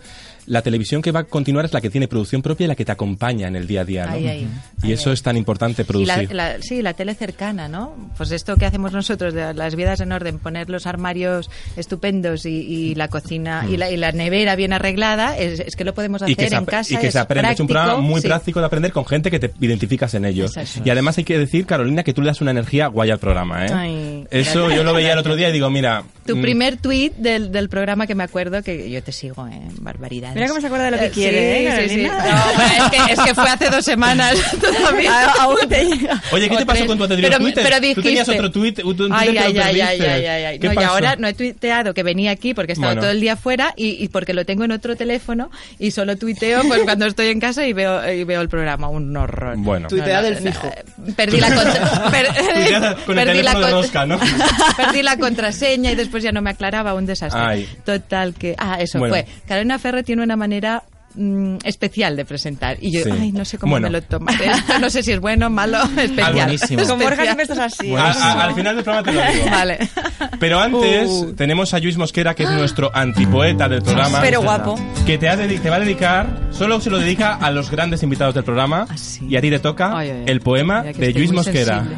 [SPEAKER 2] la televisión que va a continuar es la que tiene producción propia y la que te acompaña en el día a día. ¿no?
[SPEAKER 7] Ahí, ahí.
[SPEAKER 2] y eso es tan importante
[SPEAKER 7] Y la-
[SPEAKER 2] producir.
[SPEAKER 7] la- sí, la tele cercana, ¿no? Pues esto que hacemos nosotros, de las vidas en orden, poner los armarios estupendos y, y la cocina y la, y la nevera bien arreglada, es, es que lo podemos
[SPEAKER 2] Mm.
[SPEAKER 7] hacer
[SPEAKER 2] y que se,
[SPEAKER 7] en
[SPEAKER 2] ap-
[SPEAKER 7] casa.
[SPEAKER 2] y que
[SPEAKER 7] es
[SPEAKER 2] se aprende.
[SPEAKER 7] práctico,
[SPEAKER 2] es un programa muy
[SPEAKER 7] sí.
[SPEAKER 2] práctico de aprender con gente que te identificas en ellos.
[SPEAKER 7] Exacto.
[SPEAKER 2] Y además hay que decir, Carolina, que tú le das una energía guay al programa. ¿eh?
[SPEAKER 7] Ay,
[SPEAKER 2] eso
[SPEAKER 7] gracias.
[SPEAKER 2] yo lo veía el otro día y digo, mira...
[SPEAKER 7] Tu
[SPEAKER 2] mm,
[SPEAKER 7] primer tuit del, del programa que me acuerdo, que yo te sigo en barbaridades.
[SPEAKER 6] Mira cómo se acuerda de lo que
[SPEAKER 7] Eh,
[SPEAKER 6] quiere,
[SPEAKER 7] sí,
[SPEAKER 6] ¿eh,
[SPEAKER 7] sí, sí.
[SPEAKER 6] Carolina?
[SPEAKER 7] No, pero es que, es que fue hace dos semanas
[SPEAKER 6] [laughs]
[SPEAKER 7] [laughs] todavía.
[SPEAKER 6] A- aún te llega.
[SPEAKER 2] Oye, ¿qué
[SPEAKER 7] O
[SPEAKER 2] te pasó
[SPEAKER 7] tres.
[SPEAKER 2] con tu anterior
[SPEAKER 7] Pero-
[SPEAKER 2] Twitter?
[SPEAKER 7] pero
[SPEAKER 2] Tú tenías
[SPEAKER 7] dijiste-
[SPEAKER 2] otro tweet, un Twitter,
[SPEAKER 7] Ay,
[SPEAKER 2] pero
[SPEAKER 7] ay, ay, ay,
[SPEAKER 2] perdiste.
[SPEAKER 7] ay, ay, ay.
[SPEAKER 2] ¿Qué
[SPEAKER 7] No, y
[SPEAKER 2] pasó?
[SPEAKER 7] ahora no he tuiteado que venía aquí porque he estado
[SPEAKER 2] Bueno.
[SPEAKER 7] todo el día fuera y, y porque lo tengo en otro teléfono y solo tuiteo pues, cuando estoy en casa y veo, y veo el programa. Un horror.
[SPEAKER 2] Bueno.
[SPEAKER 10] Tuitea
[SPEAKER 7] No, no,
[SPEAKER 10] del
[SPEAKER 7] no,
[SPEAKER 10] fijo.
[SPEAKER 7] no. Perdí la
[SPEAKER 2] [laughs]
[SPEAKER 7] contra- per-
[SPEAKER 2] Tuiteada con el
[SPEAKER 7] perdí la
[SPEAKER 2] teléfono de
[SPEAKER 7] con-
[SPEAKER 2] rosca, ¿no?
[SPEAKER 7] [laughs]
[SPEAKER 2] [laughs]
[SPEAKER 7] Perdí la contraseña y después ya no me aclaraba. Un desastre.
[SPEAKER 2] Ay.
[SPEAKER 7] Total que... Ah, eso
[SPEAKER 2] Bueno.
[SPEAKER 7] fue. Carolina Ferre tiene una manera mm, especial de presentar y yo
[SPEAKER 2] Sí.
[SPEAKER 7] ay no sé cómo
[SPEAKER 2] Bueno. Ah,
[SPEAKER 7] me lo tomaré esto no sé si es bueno
[SPEAKER 2] [laughs]
[SPEAKER 7] malo especial
[SPEAKER 2] buenísimo. Con
[SPEAKER 6] Borja siempre Ah.
[SPEAKER 7] estás así
[SPEAKER 2] A- a- al final del programa te lo digo.
[SPEAKER 7] [laughs] vale [laughs]
[SPEAKER 2] Pero antes
[SPEAKER 10] Uh.
[SPEAKER 2] tenemos a Luis Mosquera, que es nuestro antipoeta del programa.
[SPEAKER 6] Pero guapo.
[SPEAKER 2] Que te, ha dedi- te va a dedicar, solo se lo dedica a los grandes invitados del programa. Y a ti te toca
[SPEAKER 10] Ah, Ay, ay, ay.
[SPEAKER 2] el poema
[SPEAKER 10] Mira que
[SPEAKER 2] de
[SPEAKER 10] estoy
[SPEAKER 2] Luis
[SPEAKER 10] muy
[SPEAKER 2] Mosquera.
[SPEAKER 10] sensible.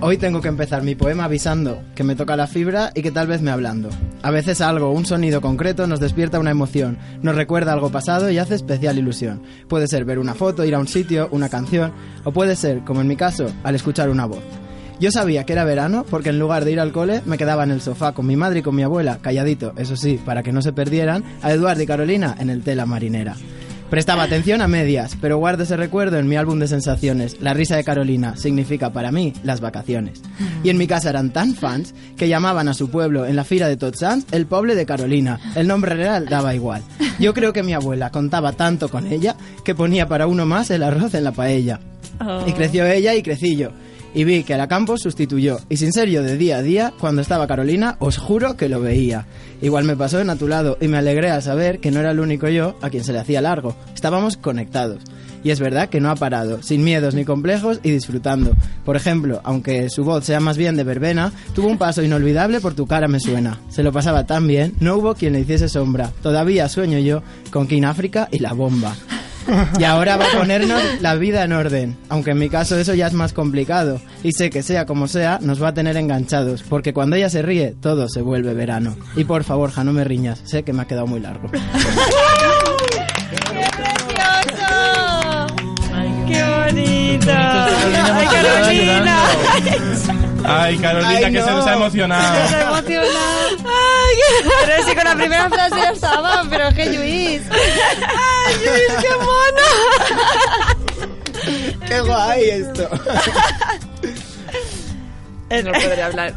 [SPEAKER 10] Hoy tengo que empezar mi poema avisando que me toca la fibra y que tal vez me hablando. A veces algo, un sonido concreto nos despierta una emoción, nos recuerda algo pasado y hace especial ilusión. Puede ser ver una foto, ir a un sitio, una canción, o puede ser, como en mi caso, al escuchar una voz. Yo sabía que era verano porque en lugar de ir al cole me quedaba en el sofá con mi madre y con mi abuela, calladito, eso sí, para que no se perdieran, a Eduardo y Carolina en el tela marinera. Prestaba atención a medias, pero guardo ese recuerdo en mi álbum de sensaciones. La risa de Carolina significa para mí las vacaciones. Y en mi casa eran tan fans que llamaban a su pueblo en la fira de Tots Sants el poble de Carolina. El nombre real daba igual. Yo creo que mi abuela contaba tanto con ella que ponía para uno más el arroz en la paella.
[SPEAKER 6] Oh,
[SPEAKER 10] Y creció ella y crecí yo. Y vi que a la Campos sustituyó. Y sin ser yo de día a día, cuando estaba Carolina, os juro que lo veía. Igual me pasó en a tu lado y me alegré al saber que no era el único yo a quien se le hacía largo. Estábamos conectados. Y es verdad que no ha parado, sin miedos ni complejos y disfrutando. Por ejemplo, aunque su voz sea más bien de verbena, tuvo un paso inolvidable por tu cara me suena. Se lo pasaba tan bien, no hubo quien le hiciese sombra. Todavía sueño yo con King África y la bomba. Y ahora va a ponernos la vida en orden, aunque en mi caso eso ya es más complicado. Y sé que sea como sea, nos va a tener enganchados, porque cuando ella se ríe, todo se vuelve verano. Y por favor, Ja, no me riñas, sé que me ha quedado muy
[SPEAKER 6] [laughs]
[SPEAKER 10] largo.
[SPEAKER 6] ¡Qué bonito! ¡Ay, Carolina!
[SPEAKER 2] Ay, Carolina,
[SPEAKER 6] Ay,
[SPEAKER 2] que se
[SPEAKER 6] no.
[SPEAKER 2] nos ha emocionado.
[SPEAKER 10] Ah. [laughs]
[SPEAKER 6] Estoy emocionada. Pero sí, con la primera frase ya estaba, pero es que Luis. ¡Ay, Luis, qué mono!
[SPEAKER 10] ¡Qué guay esto!
[SPEAKER 7] no podré hablar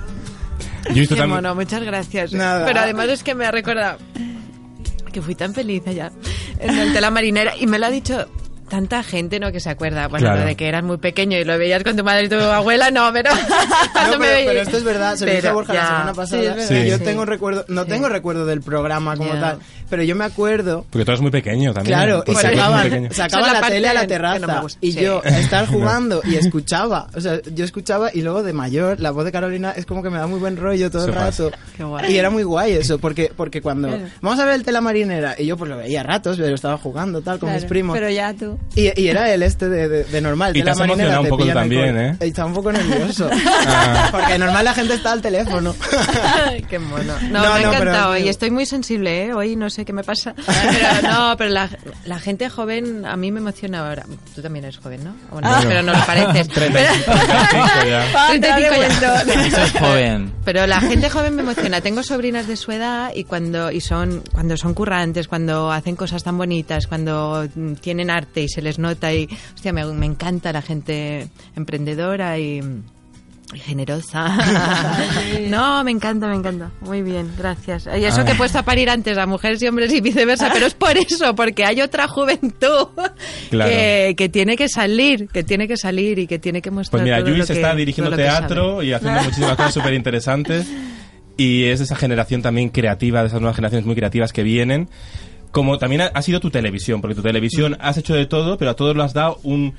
[SPEAKER 2] Yo esto
[SPEAKER 7] Qué
[SPEAKER 2] también-
[SPEAKER 7] mono, muchas gracias.
[SPEAKER 10] Nada.
[SPEAKER 7] Pero además es que me ha recordado que fui tan feliz allá en el tela marinera y me lo ha dicho Tanta gente, ¿no? Que se acuerda. Bueno,
[SPEAKER 4] Claro.
[SPEAKER 7] lo de que eras muy pequeño y lo veías con tu madre y tu abuela, no, pero.
[SPEAKER 4] [laughs]
[SPEAKER 7] cuando
[SPEAKER 4] No,
[SPEAKER 7] me
[SPEAKER 4] pero,
[SPEAKER 7] veía-
[SPEAKER 4] pero esto es verdad, se lo dije a
[SPEAKER 7] Pero
[SPEAKER 4] Borja
[SPEAKER 7] ya.
[SPEAKER 4] la semana
[SPEAKER 7] Sí,
[SPEAKER 4] pasada.
[SPEAKER 7] es verdad.
[SPEAKER 4] que Yo
[SPEAKER 7] Sí.
[SPEAKER 4] tengo recuerdo, no tengo recuerdo del programa como
[SPEAKER 7] Ya.
[SPEAKER 4] tal, pero yo me acuerdo
[SPEAKER 2] Porque tú eres muy pequeño también.
[SPEAKER 4] Claro, y
[SPEAKER 2] Porque eres muy
[SPEAKER 4] sacaban,
[SPEAKER 2] pequeño.
[SPEAKER 4] sacaban
[SPEAKER 7] Esa es
[SPEAKER 4] la,
[SPEAKER 7] la parte
[SPEAKER 4] tele a la
[SPEAKER 7] que no me
[SPEAKER 4] terraza
[SPEAKER 7] gusta.
[SPEAKER 4] y
[SPEAKER 7] Sí.
[SPEAKER 4] yo
[SPEAKER 2] [laughs]
[SPEAKER 4] estar
[SPEAKER 2] No.
[SPEAKER 4] jugando y escuchaba, o sea, yo escuchaba y luego de mayor la voz de Carolina es como que me da muy buen rollo todo el
[SPEAKER 7] Eso pasa.
[SPEAKER 4] rato.
[SPEAKER 7] Qué guay.
[SPEAKER 4] Y era muy guay eso, porque porque cuando
[SPEAKER 7] Claro.
[SPEAKER 4] vamos a ver el tela marinera y yo pues lo veía a ratos, pero estaba jugando tal con
[SPEAKER 6] Claro,
[SPEAKER 4] mis primos.
[SPEAKER 6] Pero ya tú.
[SPEAKER 4] Y, y era el este de, de- de normal.
[SPEAKER 2] Y te
[SPEAKER 4] Tela
[SPEAKER 2] has
[SPEAKER 4] Marinera,
[SPEAKER 2] emocionado un poco tú
[SPEAKER 4] pillan el
[SPEAKER 2] también, ¿eh?
[SPEAKER 4] col- Estaba un poco nervioso.
[SPEAKER 2] [laughs] Ah.
[SPEAKER 4] Porque normal la gente está al teléfono.
[SPEAKER 7] [laughs] Qué mono.
[SPEAKER 4] No,
[SPEAKER 7] No,
[SPEAKER 4] no,
[SPEAKER 7] me ha
[SPEAKER 4] pero-
[SPEAKER 7] encantado y estoy muy sensible, ¿eh? Hoy no sé qué me [laughs] pasa. Pero no, pero la, la gente joven a mí me emociona ahora. Tú también eres joven, ¿no? Bueno,
[SPEAKER 14] Ah.
[SPEAKER 7] pero no lo [laughs] pareces.
[SPEAKER 14] 35,
[SPEAKER 7] [laughs]
[SPEAKER 14] ya.
[SPEAKER 7] Pero- 35 ya. [laughs]
[SPEAKER 14] Eso es joven.
[SPEAKER 7] Pero la gente joven me emociona. Tengo sobrinas de su edad y cuando y son cuando son currantes, cuando hacen cosas tan bonitas, cuando mm, tienen arte y se les nota y hostia, me, me encanta la gente emprendedora y, y generosa. [laughs] no, me encanta, me encanta. Muy bien, gracias. Y eso
[SPEAKER 15] Ah.
[SPEAKER 7] que he puesto a parir antes a mujeres y hombres y viceversa, pero es por eso, porque hay otra juventud
[SPEAKER 2] [laughs] Claro.
[SPEAKER 7] que, que tiene que salir, que tiene que salir y que tiene que mostrar
[SPEAKER 2] Pues mira,
[SPEAKER 7] todo lo
[SPEAKER 2] Luis
[SPEAKER 7] que-
[SPEAKER 2] está
[SPEAKER 7] todo
[SPEAKER 2] dirigiendo
[SPEAKER 7] lo que
[SPEAKER 2] teatro
[SPEAKER 7] sabe.
[SPEAKER 2] y haciendo muchísimas cosas súper interesantes. Y es de esa generación también creativa, de esas nuevas generaciones muy creativas que vienen. Como también ha, ha sido tu televisión, porque tu
[SPEAKER 7] Mm.
[SPEAKER 2] televisión has hecho de todo, pero a todos lo has dado un,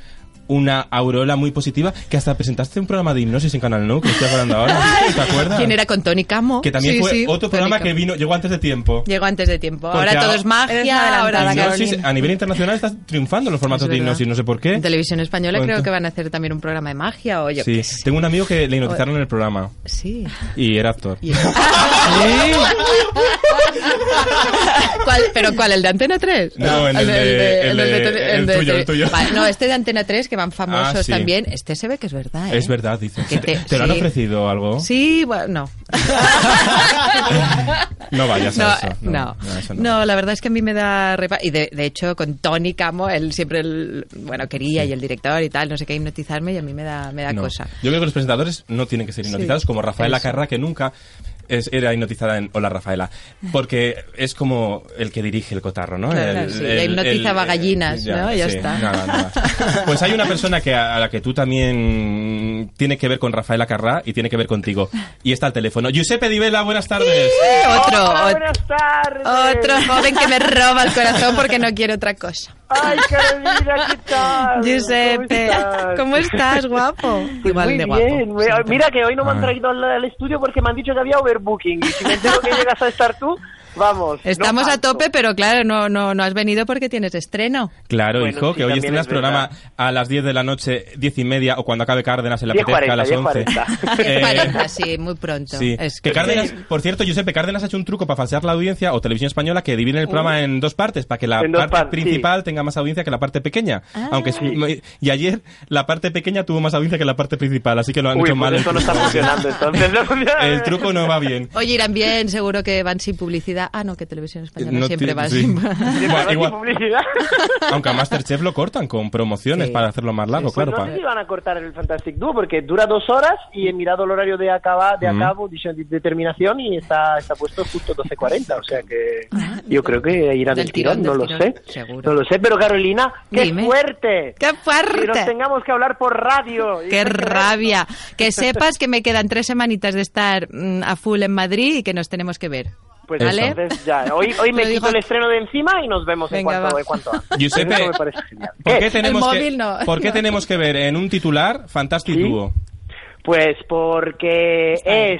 [SPEAKER 2] una aureola muy positiva, que hasta presentaste un programa de hipnosis en Canal No, que estoy hablando ahora.
[SPEAKER 7] [laughs]
[SPEAKER 2] ¿Te acuerdas?
[SPEAKER 7] ¿Quién era con Tony Camo?
[SPEAKER 2] Que también
[SPEAKER 7] Sí,
[SPEAKER 2] fue
[SPEAKER 7] sí,
[SPEAKER 2] otro
[SPEAKER 7] Tony
[SPEAKER 2] programa que
[SPEAKER 7] Camo.
[SPEAKER 2] vino, llegó antes de tiempo.
[SPEAKER 7] Llegó antes de tiempo.
[SPEAKER 2] Porque
[SPEAKER 7] ahora todo
[SPEAKER 2] ahora-
[SPEAKER 7] es
[SPEAKER 16] Eres una
[SPEAKER 7] magia.
[SPEAKER 16] adelantada,
[SPEAKER 7] Ahora
[SPEAKER 2] Hipnosis, a nivel internacional estás triunfando en los formatos
[SPEAKER 7] Es
[SPEAKER 2] de
[SPEAKER 7] verdad.
[SPEAKER 2] hipnosis, no sé por qué.
[SPEAKER 7] En televisión española creo
[SPEAKER 2] Entonces-
[SPEAKER 7] que van a hacer también un programa de magia o yo
[SPEAKER 2] Sí.
[SPEAKER 7] qué sé.
[SPEAKER 2] Tengo un amigo que le hipnotizaron en el programa
[SPEAKER 7] Sí.
[SPEAKER 2] y era actor.
[SPEAKER 7] ¿Cuál- ¿Pero cuál? ¿El de Antena Ah, 3?
[SPEAKER 2] No, en el de- el de-
[SPEAKER 7] tele-
[SPEAKER 2] el tuyo, el tuyo.
[SPEAKER 7] Vale, no, este de Antena 3 que van famosos
[SPEAKER 2] Ah, sí.
[SPEAKER 7] también. Este se ve que es verdad, ¿eh?
[SPEAKER 2] Es verdad, dice.
[SPEAKER 7] Que
[SPEAKER 2] ¿Te,
[SPEAKER 7] te-
[SPEAKER 2] te lo han
[SPEAKER 7] sí.
[SPEAKER 2] ofrecido algo?
[SPEAKER 7] Sí, bueno, no.
[SPEAKER 2] [laughs] No vayas
[SPEAKER 7] no,
[SPEAKER 2] a eso.
[SPEAKER 7] eh,
[SPEAKER 2] No,
[SPEAKER 7] No.
[SPEAKER 2] no, eso no.
[SPEAKER 7] No, la verdad es que a mí me da repa y de, de hecho con Tony Camo él siempre el- bueno quería y el director y tal no sé qué hipnotizarme y a mí me da me da
[SPEAKER 2] No.
[SPEAKER 7] cosa.
[SPEAKER 2] Yo creo que los presentadores no tienen que ser hipnotizados,
[SPEAKER 7] Sí,
[SPEAKER 2] como Rafaela
[SPEAKER 7] eso.
[SPEAKER 2] Carrá, que nunca es- era hipnotizada en Hola Rafaela. Porque es como el que dirige el cotarro, ¿no?
[SPEAKER 7] Claro,
[SPEAKER 2] El-
[SPEAKER 7] sí.
[SPEAKER 2] el-
[SPEAKER 7] Ya hipnotizaba
[SPEAKER 2] el-
[SPEAKER 7] gallinas, ¿no? Ya
[SPEAKER 2] sí,
[SPEAKER 7] está.
[SPEAKER 2] nada, nada. Pues hay una persona que a, a la que tú también tiene que ver con Rafaela Carrá y tiene que ver contigo. Y está al teléfono. Giuseppe Divela, buenas tardes.
[SPEAKER 7] Otro,
[SPEAKER 8] Hola,
[SPEAKER 7] ot-
[SPEAKER 8] buenas tardes.
[SPEAKER 7] otro joven que me roba el corazón porque no quiere otra cosa.
[SPEAKER 8] Ay, Carolina, ¿qué tal?
[SPEAKER 7] Giuseppe, ¿cómo estás, guapo? Igual
[SPEAKER 8] Pues muy
[SPEAKER 7] de guapo.
[SPEAKER 8] bien. me- Mira que hoy no me
[SPEAKER 7] Ah.
[SPEAKER 8] han traído al, al estudio porque me han dicho que había overbooking. Y si me entero que llegas a estar tú, vamos. no
[SPEAKER 7] Estamos a
[SPEAKER 8] falto.
[SPEAKER 7] tope, pero claro, no no no has venido porque tienes estreno.
[SPEAKER 2] Claro,
[SPEAKER 8] Bueno,
[SPEAKER 2] hijo,
[SPEAKER 8] sí,
[SPEAKER 2] que hoy
[SPEAKER 8] también
[SPEAKER 2] estrenas
[SPEAKER 8] es
[SPEAKER 2] programa a las 10 de la noche, 10 y media, o cuando acabe Cárdenas en la
[SPEAKER 8] 10:40,
[SPEAKER 2] Peteca a las 11. [laughs]
[SPEAKER 8] 10:40.
[SPEAKER 2] [laughs] Eh,
[SPEAKER 7] sí, muy pronto.
[SPEAKER 2] Sí,
[SPEAKER 7] Es
[SPEAKER 2] que Cárdenas, por cierto, Giuseppe, Cárdenas ha hecho un truco para falsear la audiencia o televisión española que dividen el programa en dos partes, para que la
[SPEAKER 8] En dos
[SPEAKER 2] parte
[SPEAKER 8] partes, Ah.
[SPEAKER 2] principal tenga más audiencia que la parte pequeña. Aunque es- y ayer la parte pequeña tuvo más audiencia que la parte principal, así que lo han
[SPEAKER 8] Uy,
[SPEAKER 2] hecho
[SPEAKER 8] pues
[SPEAKER 2] mal. el
[SPEAKER 8] esto no está
[SPEAKER 2] truco.
[SPEAKER 8] funcionando, entonces. No
[SPEAKER 2] [laughs]
[SPEAKER 8] funciona.
[SPEAKER 2] El truco no va bien.
[SPEAKER 7] Oye, irán bien, seguro que van sin publicidad. Ah, no, que Televisión Española
[SPEAKER 2] No
[SPEAKER 7] siempre
[SPEAKER 2] ti-
[SPEAKER 7] va
[SPEAKER 2] sí.
[SPEAKER 7] sin
[SPEAKER 2] Bueno, igual-
[SPEAKER 8] publicidad.
[SPEAKER 2] aunque a Masterchef lo cortan con promociones para hacerlo más largo,
[SPEAKER 8] Pues
[SPEAKER 2] claro.
[SPEAKER 8] no sé
[SPEAKER 2] para-
[SPEAKER 8] si van a cortar el Fantastic Duo porque dura dos horas y he mirado el horario de, acaba, de
[SPEAKER 2] Mm.
[SPEAKER 8] acabo, de, de terminación y está, está puesto justo 12.40. O sea [laughs] que yo creo que irá del, tirón, no lo sé. No lo sé, pero Carolina, qué fuerte.
[SPEAKER 7] [laughs] ¡Qué fuerte!
[SPEAKER 8] Que nos tengamos que hablar por radio.
[SPEAKER 7] [laughs]
[SPEAKER 8] Pues,
[SPEAKER 7] ¡Qué rabia! Que sepas que me quedan tres semanitas de estar mm, a full en Madrid y que nos tenemos que ver.
[SPEAKER 8] Pues
[SPEAKER 7] ¿Vale?
[SPEAKER 8] entonces ya, hoy,
[SPEAKER 7] [laughs]
[SPEAKER 8] hoy me
[SPEAKER 7] Lo
[SPEAKER 8] quito
[SPEAKER 7] digo-
[SPEAKER 8] el estreno de encima y nos vemos en
[SPEAKER 7] Venga,
[SPEAKER 8] cuanto,
[SPEAKER 7] va.
[SPEAKER 8] en cuanto antes.
[SPEAKER 2] Giuseppe,
[SPEAKER 8] Eso me parece genial.
[SPEAKER 2] ¿Por
[SPEAKER 8] ¿Qué?
[SPEAKER 2] qué, tenemos
[SPEAKER 8] El
[SPEAKER 2] que,
[SPEAKER 8] móvil no.
[SPEAKER 2] ¿Por qué
[SPEAKER 8] [laughs] No.
[SPEAKER 2] tenemos que ver en un titular Fantastic Duo?
[SPEAKER 8] Pues porque es... eh,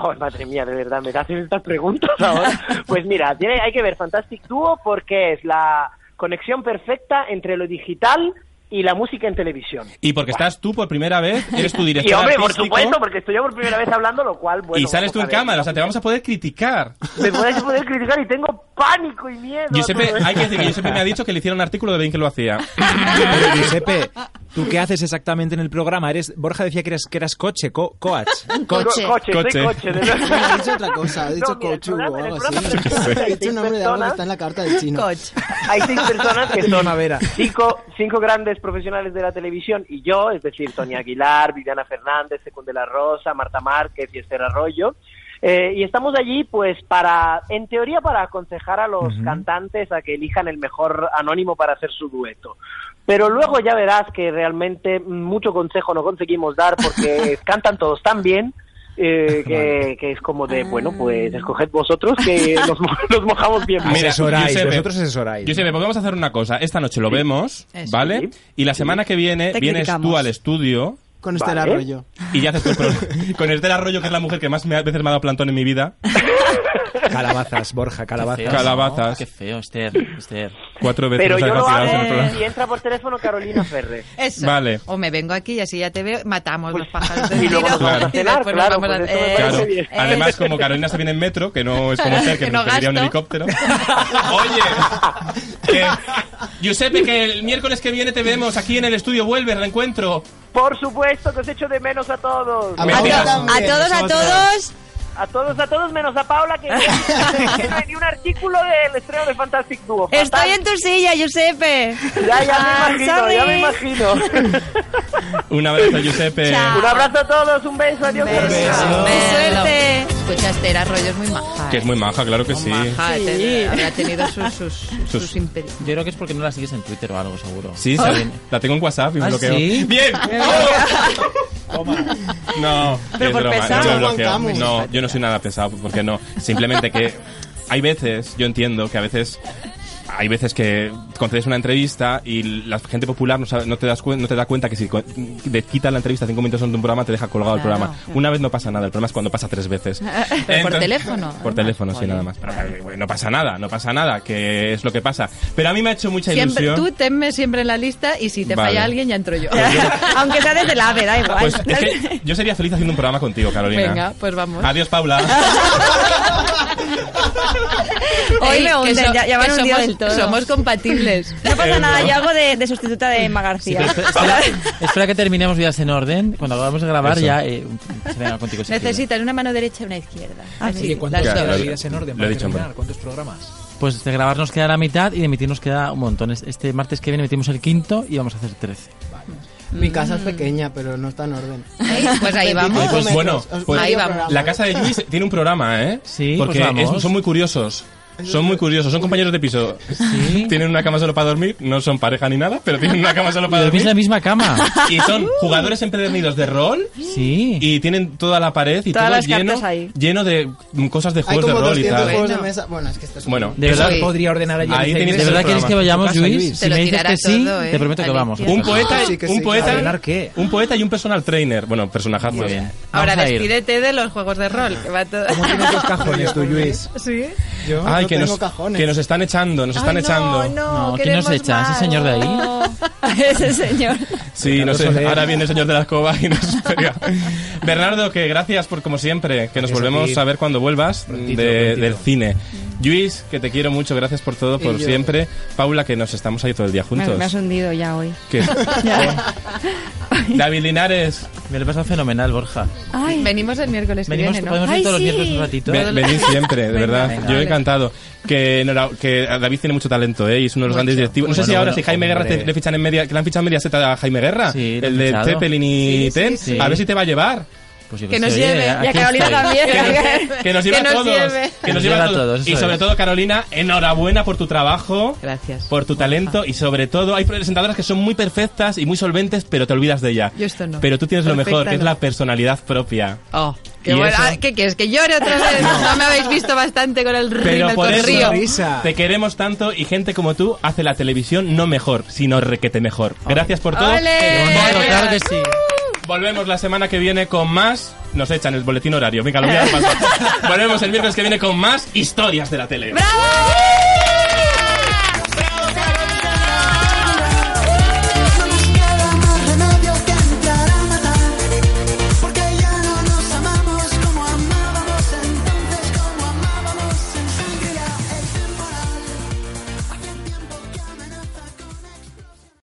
[SPEAKER 8] Oh, madre mía, de verdad, me hacen estas preguntas [laughs] ahora. pues mira, tiene, hay que ver Fantastic Duo porque es la conexión perfecta entre
[SPEAKER 4] [laughs]
[SPEAKER 8] lo digital y la música en televisión.
[SPEAKER 2] Y porque estás tú por primera vez, eres tu director
[SPEAKER 8] [laughs] Y hombre, por
[SPEAKER 2] artístico,
[SPEAKER 8] supuesto, porque estoy yo por primera vez hablando, lo cual, bueno...
[SPEAKER 2] y sales tú en
[SPEAKER 8] vamos a ver.
[SPEAKER 2] cámara, o sea, te vamos a poder
[SPEAKER 8] [laughs]
[SPEAKER 2] criticar.
[SPEAKER 8] Me puedes poder criticar y tengo pánico y miedo. a
[SPEAKER 2] Giuseppe,
[SPEAKER 8] todo esto.
[SPEAKER 2] hay que decir que Giuseppe me ha dicho que le hiciera un artículo de bien que lo hacía.
[SPEAKER 17] Pero, Giuseppe, ¿tú qué haces exactamente en el programa? Eres Borja decía que eras, que eras coche, co- coach.
[SPEAKER 4] Coche.
[SPEAKER 8] Co- coche, soy
[SPEAKER 17] Coche.
[SPEAKER 8] coche, de
[SPEAKER 4] No,
[SPEAKER 8] verdad.
[SPEAKER 4] [laughs] ha dicho otra cosa, ha dicho
[SPEAKER 8] No, mira, el
[SPEAKER 4] cochugo o
[SPEAKER 8] programa- el
[SPEAKER 4] algo
[SPEAKER 8] programa
[SPEAKER 4] así.
[SPEAKER 8] presenta
[SPEAKER 4] Ha dicho un nombre de algo que
[SPEAKER 8] personas.
[SPEAKER 4] está en la carta del chino.
[SPEAKER 8] Hay seis personas que son
[SPEAKER 4] Primavera.
[SPEAKER 8] cinco, cinco grandes profesionales de la televisión y yo, es decir, Tony Aguilar, Viviana Fernández, Secund de la Rosa, Marta Márquez y Esther Arroyo. Eh, y estamos allí, pues, para, en teoría, para aconsejar a los cantantes a que elijan el mejor anónimo para hacer su dueto.
[SPEAKER 18] Pero luego ya verás que realmente mucho consejo no conseguimos dar porque cantan todos tan bien. eh, que, que es como de, bueno, pues escoged vosotros que nos,
[SPEAKER 8] [laughs]
[SPEAKER 18] mo- nos mojamos bien.
[SPEAKER 9] Asesoráis,
[SPEAKER 2] Giuseppe,
[SPEAKER 9] vosotros asesoráis.
[SPEAKER 2] Giuseppe, pues vamos a hacer una cosa. Esta noche lo vemos,
[SPEAKER 10] Eso.
[SPEAKER 2] ¿vale? Y la semana que viene
[SPEAKER 10] Te
[SPEAKER 2] vienes tú
[SPEAKER 10] criticamos.
[SPEAKER 2] al estudio.
[SPEAKER 10] Con Esther
[SPEAKER 2] ¿vale?
[SPEAKER 10] Arroyo.
[SPEAKER 2] Y ya haces tu
[SPEAKER 8] [laughs]
[SPEAKER 2] pro- Con Esther Arroyo, que es la mujer que más me ha- veces me ha dado plantón en mi vida.
[SPEAKER 9] Calabazas, Borja, calabazas.
[SPEAKER 2] Calabazas.
[SPEAKER 8] Qué feo, Esther. Esther.
[SPEAKER 2] Cuatro veces
[SPEAKER 8] Pero
[SPEAKER 2] nos
[SPEAKER 8] yo
[SPEAKER 2] ha
[SPEAKER 8] lo
[SPEAKER 2] castigado
[SPEAKER 8] hago
[SPEAKER 2] en el programa.
[SPEAKER 18] Y entra por teléfono Carolina Ferre.
[SPEAKER 7] Eso.
[SPEAKER 2] Vale.
[SPEAKER 7] O me vengo aquí y así ya te veo, matamos los [laughs] pájaros de
[SPEAKER 18] y luego nos vamos a cenar, claro, pues eso me
[SPEAKER 2] Claro.
[SPEAKER 18] parece bien.
[SPEAKER 2] Además, como Carolina se viene en metro, que no es como Esther, que,
[SPEAKER 18] [laughs] Que
[SPEAKER 2] nos
[SPEAKER 18] no
[SPEAKER 2] pediría un
[SPEAKER 18] gasto.
[SPEAKER 2] helicóptero. Oye, que, Giuseppe, que el miércoles que viene te vemos aquí en el estudio. Vuelve, reencuentro.
[SPEAKER 18] Por supuesto que os echo de menos a todos.
[SPEAKER 2] A Paola Mentiras. también,
[SPEAKER 11] A todos, a nosotros. todos.
[SPEAKER 18] A todos, a todos menos a Paula que
[SPEAKER 6] [laughs]
[SPEAKER 18] ni un artículo del estreno de Fantastic Duo.
[SPEAKER 6] Estoy en tu silla, Giuseppe.
[SPEAKER 18] Ya, ya me imagino,
[SPEAKER 6] Ah, sorry.
[SPEAKER 18] ya me imagino.
[SPEAKER 6] [laughs]
[SPEAKER 2] Un abrazo, Giuseppe.
[SPEAKER 18] Un abrazo a todos, un beso, adiós.
[SPEAKER 7] Suerte. Escucha, Esther Arroyo es muy maja. ¿eh?
[SPEAKER 2] Que es muy maja, claro que sí.
[SPEAKER 7] maja te- habrá tenido sus,
[SPEAKER 2] [laughs]
[SPEAKER 7] sus, sus,
[SPEAKER 8] Sus-
[SPEAKER 7] imperios.
[SPEAKER 8] Yo creo que es porque no la sigues en Twitter o algo, seguro.
[SPEAKER 2] Sí, sabe- la tengo en WhatsApp y
[SPEAKER 8] ¿Ah,
[SPEAKER 2] bloqueo.
[SPEAKER 8] sí?
[SPEAKER 2] ¡Bien! ¡Oh! No,
[SPEAKER 8] Pero
[SPEAKER 2] es
[SPEAKER 8] por
[SPEAKER 2] broma,
[SPEAKER 8] pesado.
[SPEAKER 2] yo lo bloqueo.
[SPEAKER 8] Aguantamos.
[SPEAKER 2] No, yo no soy nada pesado, porque no. Simplemente que hay veces, yo entiendo que a veces hay veces que concedes una entrevista y la gente popular no, sabe- no te das cuen- no te da cuenta que si co- te quitan la entrevista cinco minutos de un programa te deja colgado
[SPEAKER 7] Claro.
[SPEAKER 2] el programa. Una vez no pasa nada, el problema es cuando pasa tres veces.
[SPEAKER 7] Pero por
[SPEAKER 2] Entonces-
[SPEAKER 7] teléfono.
[SPEAKER 2] Por teléfono, sí, nada más. Pero, bueno, no pasa nada, no pasa nada, que es lo que pasa. Pero a mí me ha hecho mucha
[SPEAKER 7] Siempre,
[SPEAKER 2] ilusión.
[SPEAKER 7] tú tenme siempre en la lista y si te
[SPEAKER 2] Vale.
[SPEAKER 7] falla alguien ya entro yo. [laughs]
[SPEAKER 6] Aunque sea desde
[SPEAKER 7] Ah,
[SPEAKER 6] la AVE, da igual.
[SPEAKER 2] Pues es que yo sería feliz haciendo un programa contigo, Carolina.
[SPEAKER 7] Venga, pues vamos.
[SPEAKER 2] Adiós, Paula.
[SPEAKER 6] Hoy
[SPEAKER 7] Ey,
[SPEAKER 6] me
[SPEAKER 7] que
[SPEAKER 6] hunden,
[SPEAKER 7] so-
[SPEAKER 6] ya, ya van
[SPEAKER 7] que
[SPEAKER 6] hundidos
[SPEAKER 7] somos-
[SPEAKER 6] todos.
[SPEAKER 7] somos compatibles.
[SPEAKER 6] No pasa
[SPEAKER 8] Eh,
[SPEAKER 6] nada,
[SPEAKER 8] ¿no?
[SPEAKER 6] yo hago de, de sustituta de Emma García. [laughs] ¿eh?
[SPEAKER 8] Espera que terminemos vidas en orden. Cuando acabamos de grabar
[SPEAKER 9] Eso.
[SPEAKER 8] ya eh, se venga contigo. si quieres.
[SPEAKER 7] [laughs] Necesitan una mano derecha y una izquierda.
[SPEAKER 6] Ah,
[SPEAKER 7] Así,
[SPEAKER 9] Oye, ¿cuántas
[SPEAKER 7] las dos.
[SPEAKER 9] vidas en orden?
[SPEAKER 8] Lo
[SPEAKER 9] para
[SPEAKER 8] he dicho en
[SPEAKER 9] terminar? ¿Cuántos programas?
[SPEAKER 8] Pues de grabar nos queda la mitad y de emitir nos queda un montón. Es- Este martes que viene metimos el quinto y vamos a hacer 13.
[SPEAKER 10] Mi casa es pequeña, pero no está en orden.
[SPEAKER 7] Pues ahí vamos.
[SPEAKER 10] Veinticinco
[SPEAKER 2] Pues bueno,
[SPEAKER 10] metros. Os
[SPEAKER 2] pues
[SPEAKER 10] pido programa.
[SPEAKER 2] la casa de Luis tiene un programa, ¿eh? Sí, porque
[SPEAKER 8] pues vamos.
[SPEAKER 2] es- son muy curiosos. Son muy curiosos, son compañeros de piso.
[SPEAKER 8] [laughs]
[SPEAKER 2] Tienen una cama solo para dormir, no son pareja ni nada, pero tienen una cama solo
[SPEAKER 8] [laughs]
[SPEAKER 2] para dormir.
[SPEAKER 8] Dormís en la misma cama.
[SPEAKER 2] [laughs] Y son jugadores empedernidos de rol.
[SPEAKER 8] Sí.
[SPEAKER 2] Y tienen toda la pared y
[SPEAKER 10] Todas
[SPEAKER 2] todo
[SPEAKER 10] las cartas
[SPEAKER 2] lleno,
[SPEAKER 10] ahí.
[SPEAKER 2] lleno de mm, cosas de
[SPEAKER 10] Hay
[SPEAKER 2] juegos de
[SPEAKER 10] como
[SPEAKER 2] rol y
[SPEAKER 10] 200
[SPEAKER 2] tal.
[SPEAKER 10] juegos de mesa. Bueno, es que esto es
[SPEAKER 2] Bueno,
[SPEAKER 9] De
[SPEAKER 2] eso-
[SPEAKER 9] verdad podría ordenar allí.
[SPEAKER 2] Ahí tenéis
[SPEAKER 8] ¿De
[SPEAKER 2] el
[SPEAKER 8] verdad quieres
[SPEAKER 2] programa.
[SPEAKER 8] que vayamos,
[SPEAKER 2] Tu casa,
[SPEAKER 8] Luis? Si me dices que sí, te prometo que vamos.
[SPEAKER 2] Un poeta,
[SPEAKER 9] Ah, Sí que sí.
[SPEAKER 2] un poeta,
[SPEAKER 9] ¿Ordenar qué?
[SPEAKER 2] un poeta y un personal trainer. Bueno, personajazo.
[SPEAKER 7] Ahora
[SPEAKER 2] Vamos a ir.
[SPEAKER 7] despídete de los juegos de rol. Que va todo... ¿Cómo
[SPEAKER 9] tienes
[SPEAKER 7] [laughs]
[SPEAKER 9] los cajones tú, Luis?
[SPEAKER 7] Sí.
[SPEAKER 9] Yo
[SPEAKER 2] Ay,
[SPEAKER 9] no
[SPEAKER 2] que,
[SPEAKER 9] tengo
[SPEAKER 2] nos,
[SPEAKER 9] cajones.
[SPEAKER 2] que nos están echando, nos están
[SPEAKER 7] Ay, no,
[SPEAKER 2] echando.
[SPEAKER 7] no,
[SPEAKER 8] No, ¿quién nos
[SPEAKER 7] queremos
[SPEAKER 8] echa? ¿Ese
[SPEAKER 7] más.
[SPEAKER 8] señor
[SPEAKER 7] [laughs]
[SPEAKER 8] de ahí?
[SPEAKER 6] Ese señor.
[SPEAKER 2] Sí, no sé, ahora viene el señor de la escoba y nos [laughs] pega. Bernardo, que gracias por como siempre, que nos
[SPEAKER 9] Gracias a
[SPEAKER 2] volvemos
[SPEAKER 9] ti.
[SPEAKER 2] a, ver cuando vuelvas
[SPEAKER 9] Prontito,
[SPEAKER 2] de-
[SPEAKER 9] prontito.
[SPEAKER 2] del cine. Luis, que te quiero mucho, gracias por todo,
[SPEAKER 6] Y
[SPEAKER 2] por
[SPEAKER 6] yo.
[SPEAKER 2] siempre. Paula, que nos estamos ahí todo el día
[SPEAKER 6] Me,
[SPEAKER 2] juntos.
[SPEAKER 6] me has hundido ya hoy.
[SPEAKER 9] [laughs]
[SPEAKER 2] Que- [laughs] David Linares.
[SPEAKER 8] Me lo he pasado fenomenal, Borja.
[SPEAKER 7] Venimos el miércoles que
[SPEAKER 8] Venimos,
[SPEAKER 7] viene, ¿no?
[SPEAKER 8] podemos ir todos los miércoles un ratito.
[SPEAKER 2] Ve- venid siempre, de verdad.
[SPEAKER 8] venga,
[SPEAKER 2] Yo he
[SPEAKER 8] vale.
[SPEAKER 2] encantado. Que, enhora- que David tiene mucho talento, ¿eh? Y es uno de los
[SPEAKER 8] Mucho.
[SPEAKER 2] grandes directivos. No sé
[SPEAKER 8] Bueno,
[SPEAKER 2] si ahora,
[SPEAKER 8] bueno,
[SPEAKER 2] si Jaime Guerra
[SPEAKER 8] hombre.
[SPEAKER 2] te- le, fichan en media, que le han fichado en media Z a Jaime Guerra,
[SPEAKER 8] Sí, le han
[SPEAKER 2] el de
[SPEAKER 8] fichado.
[SPEAKER 2] Zeppelin y
[SPEAKER 8] Sí, sí,
[SPEAKER 2] Ten,
[SPEAKER 8] sí.
[SPEAKER 2] a ver si te va a llevar.
[SPEAKER 8] Pues yo
[SPEAKER 7] Que
[SPEAKER 8] qué
[SPEAKER 7] nos
[SPEAKER 8] sé,
[SPEAKER 7] lleve.
[SPEAKER 8] oye,
[SPEAKER 7] Y a
[SPEAKER 8] aquí
[SPEAKER 7] Carolina
[SPEAKER 8] estáis.
[SPEAKER 7] también.
[SPEAKER 8] Que
[SPEAKER 2] Que nos lleva
[SPEAKER 7] Que
[SPEAKER 2] a
[SPEAKER 7] nos
[SPEAKER 2] todos.
[SPEAKER 7] lleve.
[SPEAKER 2] Que nos lleva a todos. Y
[SPEAKER 8] eso
[SPEAKER 2] sobre
[SPEAKER 8] es.
[SPEAKER 2] todo, Carolina, enhorabuena por tu trabajo.
[SPEAKER 7] Gracias.
[SPEAKER 2] Por tu talento. Y sobre todo, hay presentadoras que son muy perfectas y muy solventes, pero te olvidas de ella.
[SPEAKER 7] Yo esto no.
[SPEAKER 2] Pero tú tienes lo
[SPEAKER 7] Perfecta
[SPEAKER 2] mejor, que es
[SPEAKER 7] no.
[SPEAKER 2] la personalidad propia.
[SPEAKER 7] Oh, qué
[SPEAKER 2] ¿Y
[SPEAKER 7] bueno.
[SPEAKER 2] eso?
[SPEAKER 7] Ah, ¿Qué quieres? ¿Que llore otra vez? No, me habéis visto bastante con el
[SPEAKER 2] Pero
[SPEAKER 7] río,
[SPEAKER 2] por
[SPEAKER 7] con el
[SPEAKER 2] eso
[SPEAKER 7] río.
[SPEAKER 2] te queremos tanto y gente como tú hace la televisión no mejor, sino requete mejor. Gracias por todo.
[SPEAKER 8] Bueno, claro que sí.
[SPEAKER 2] Volvemos la semana que viene con más. Nos echan el boletín horario. Venga, lo voy a pasar. Volvemos el miércoles que viene con más historias de la tele.
[SPEAKER 11] ¡Bravo!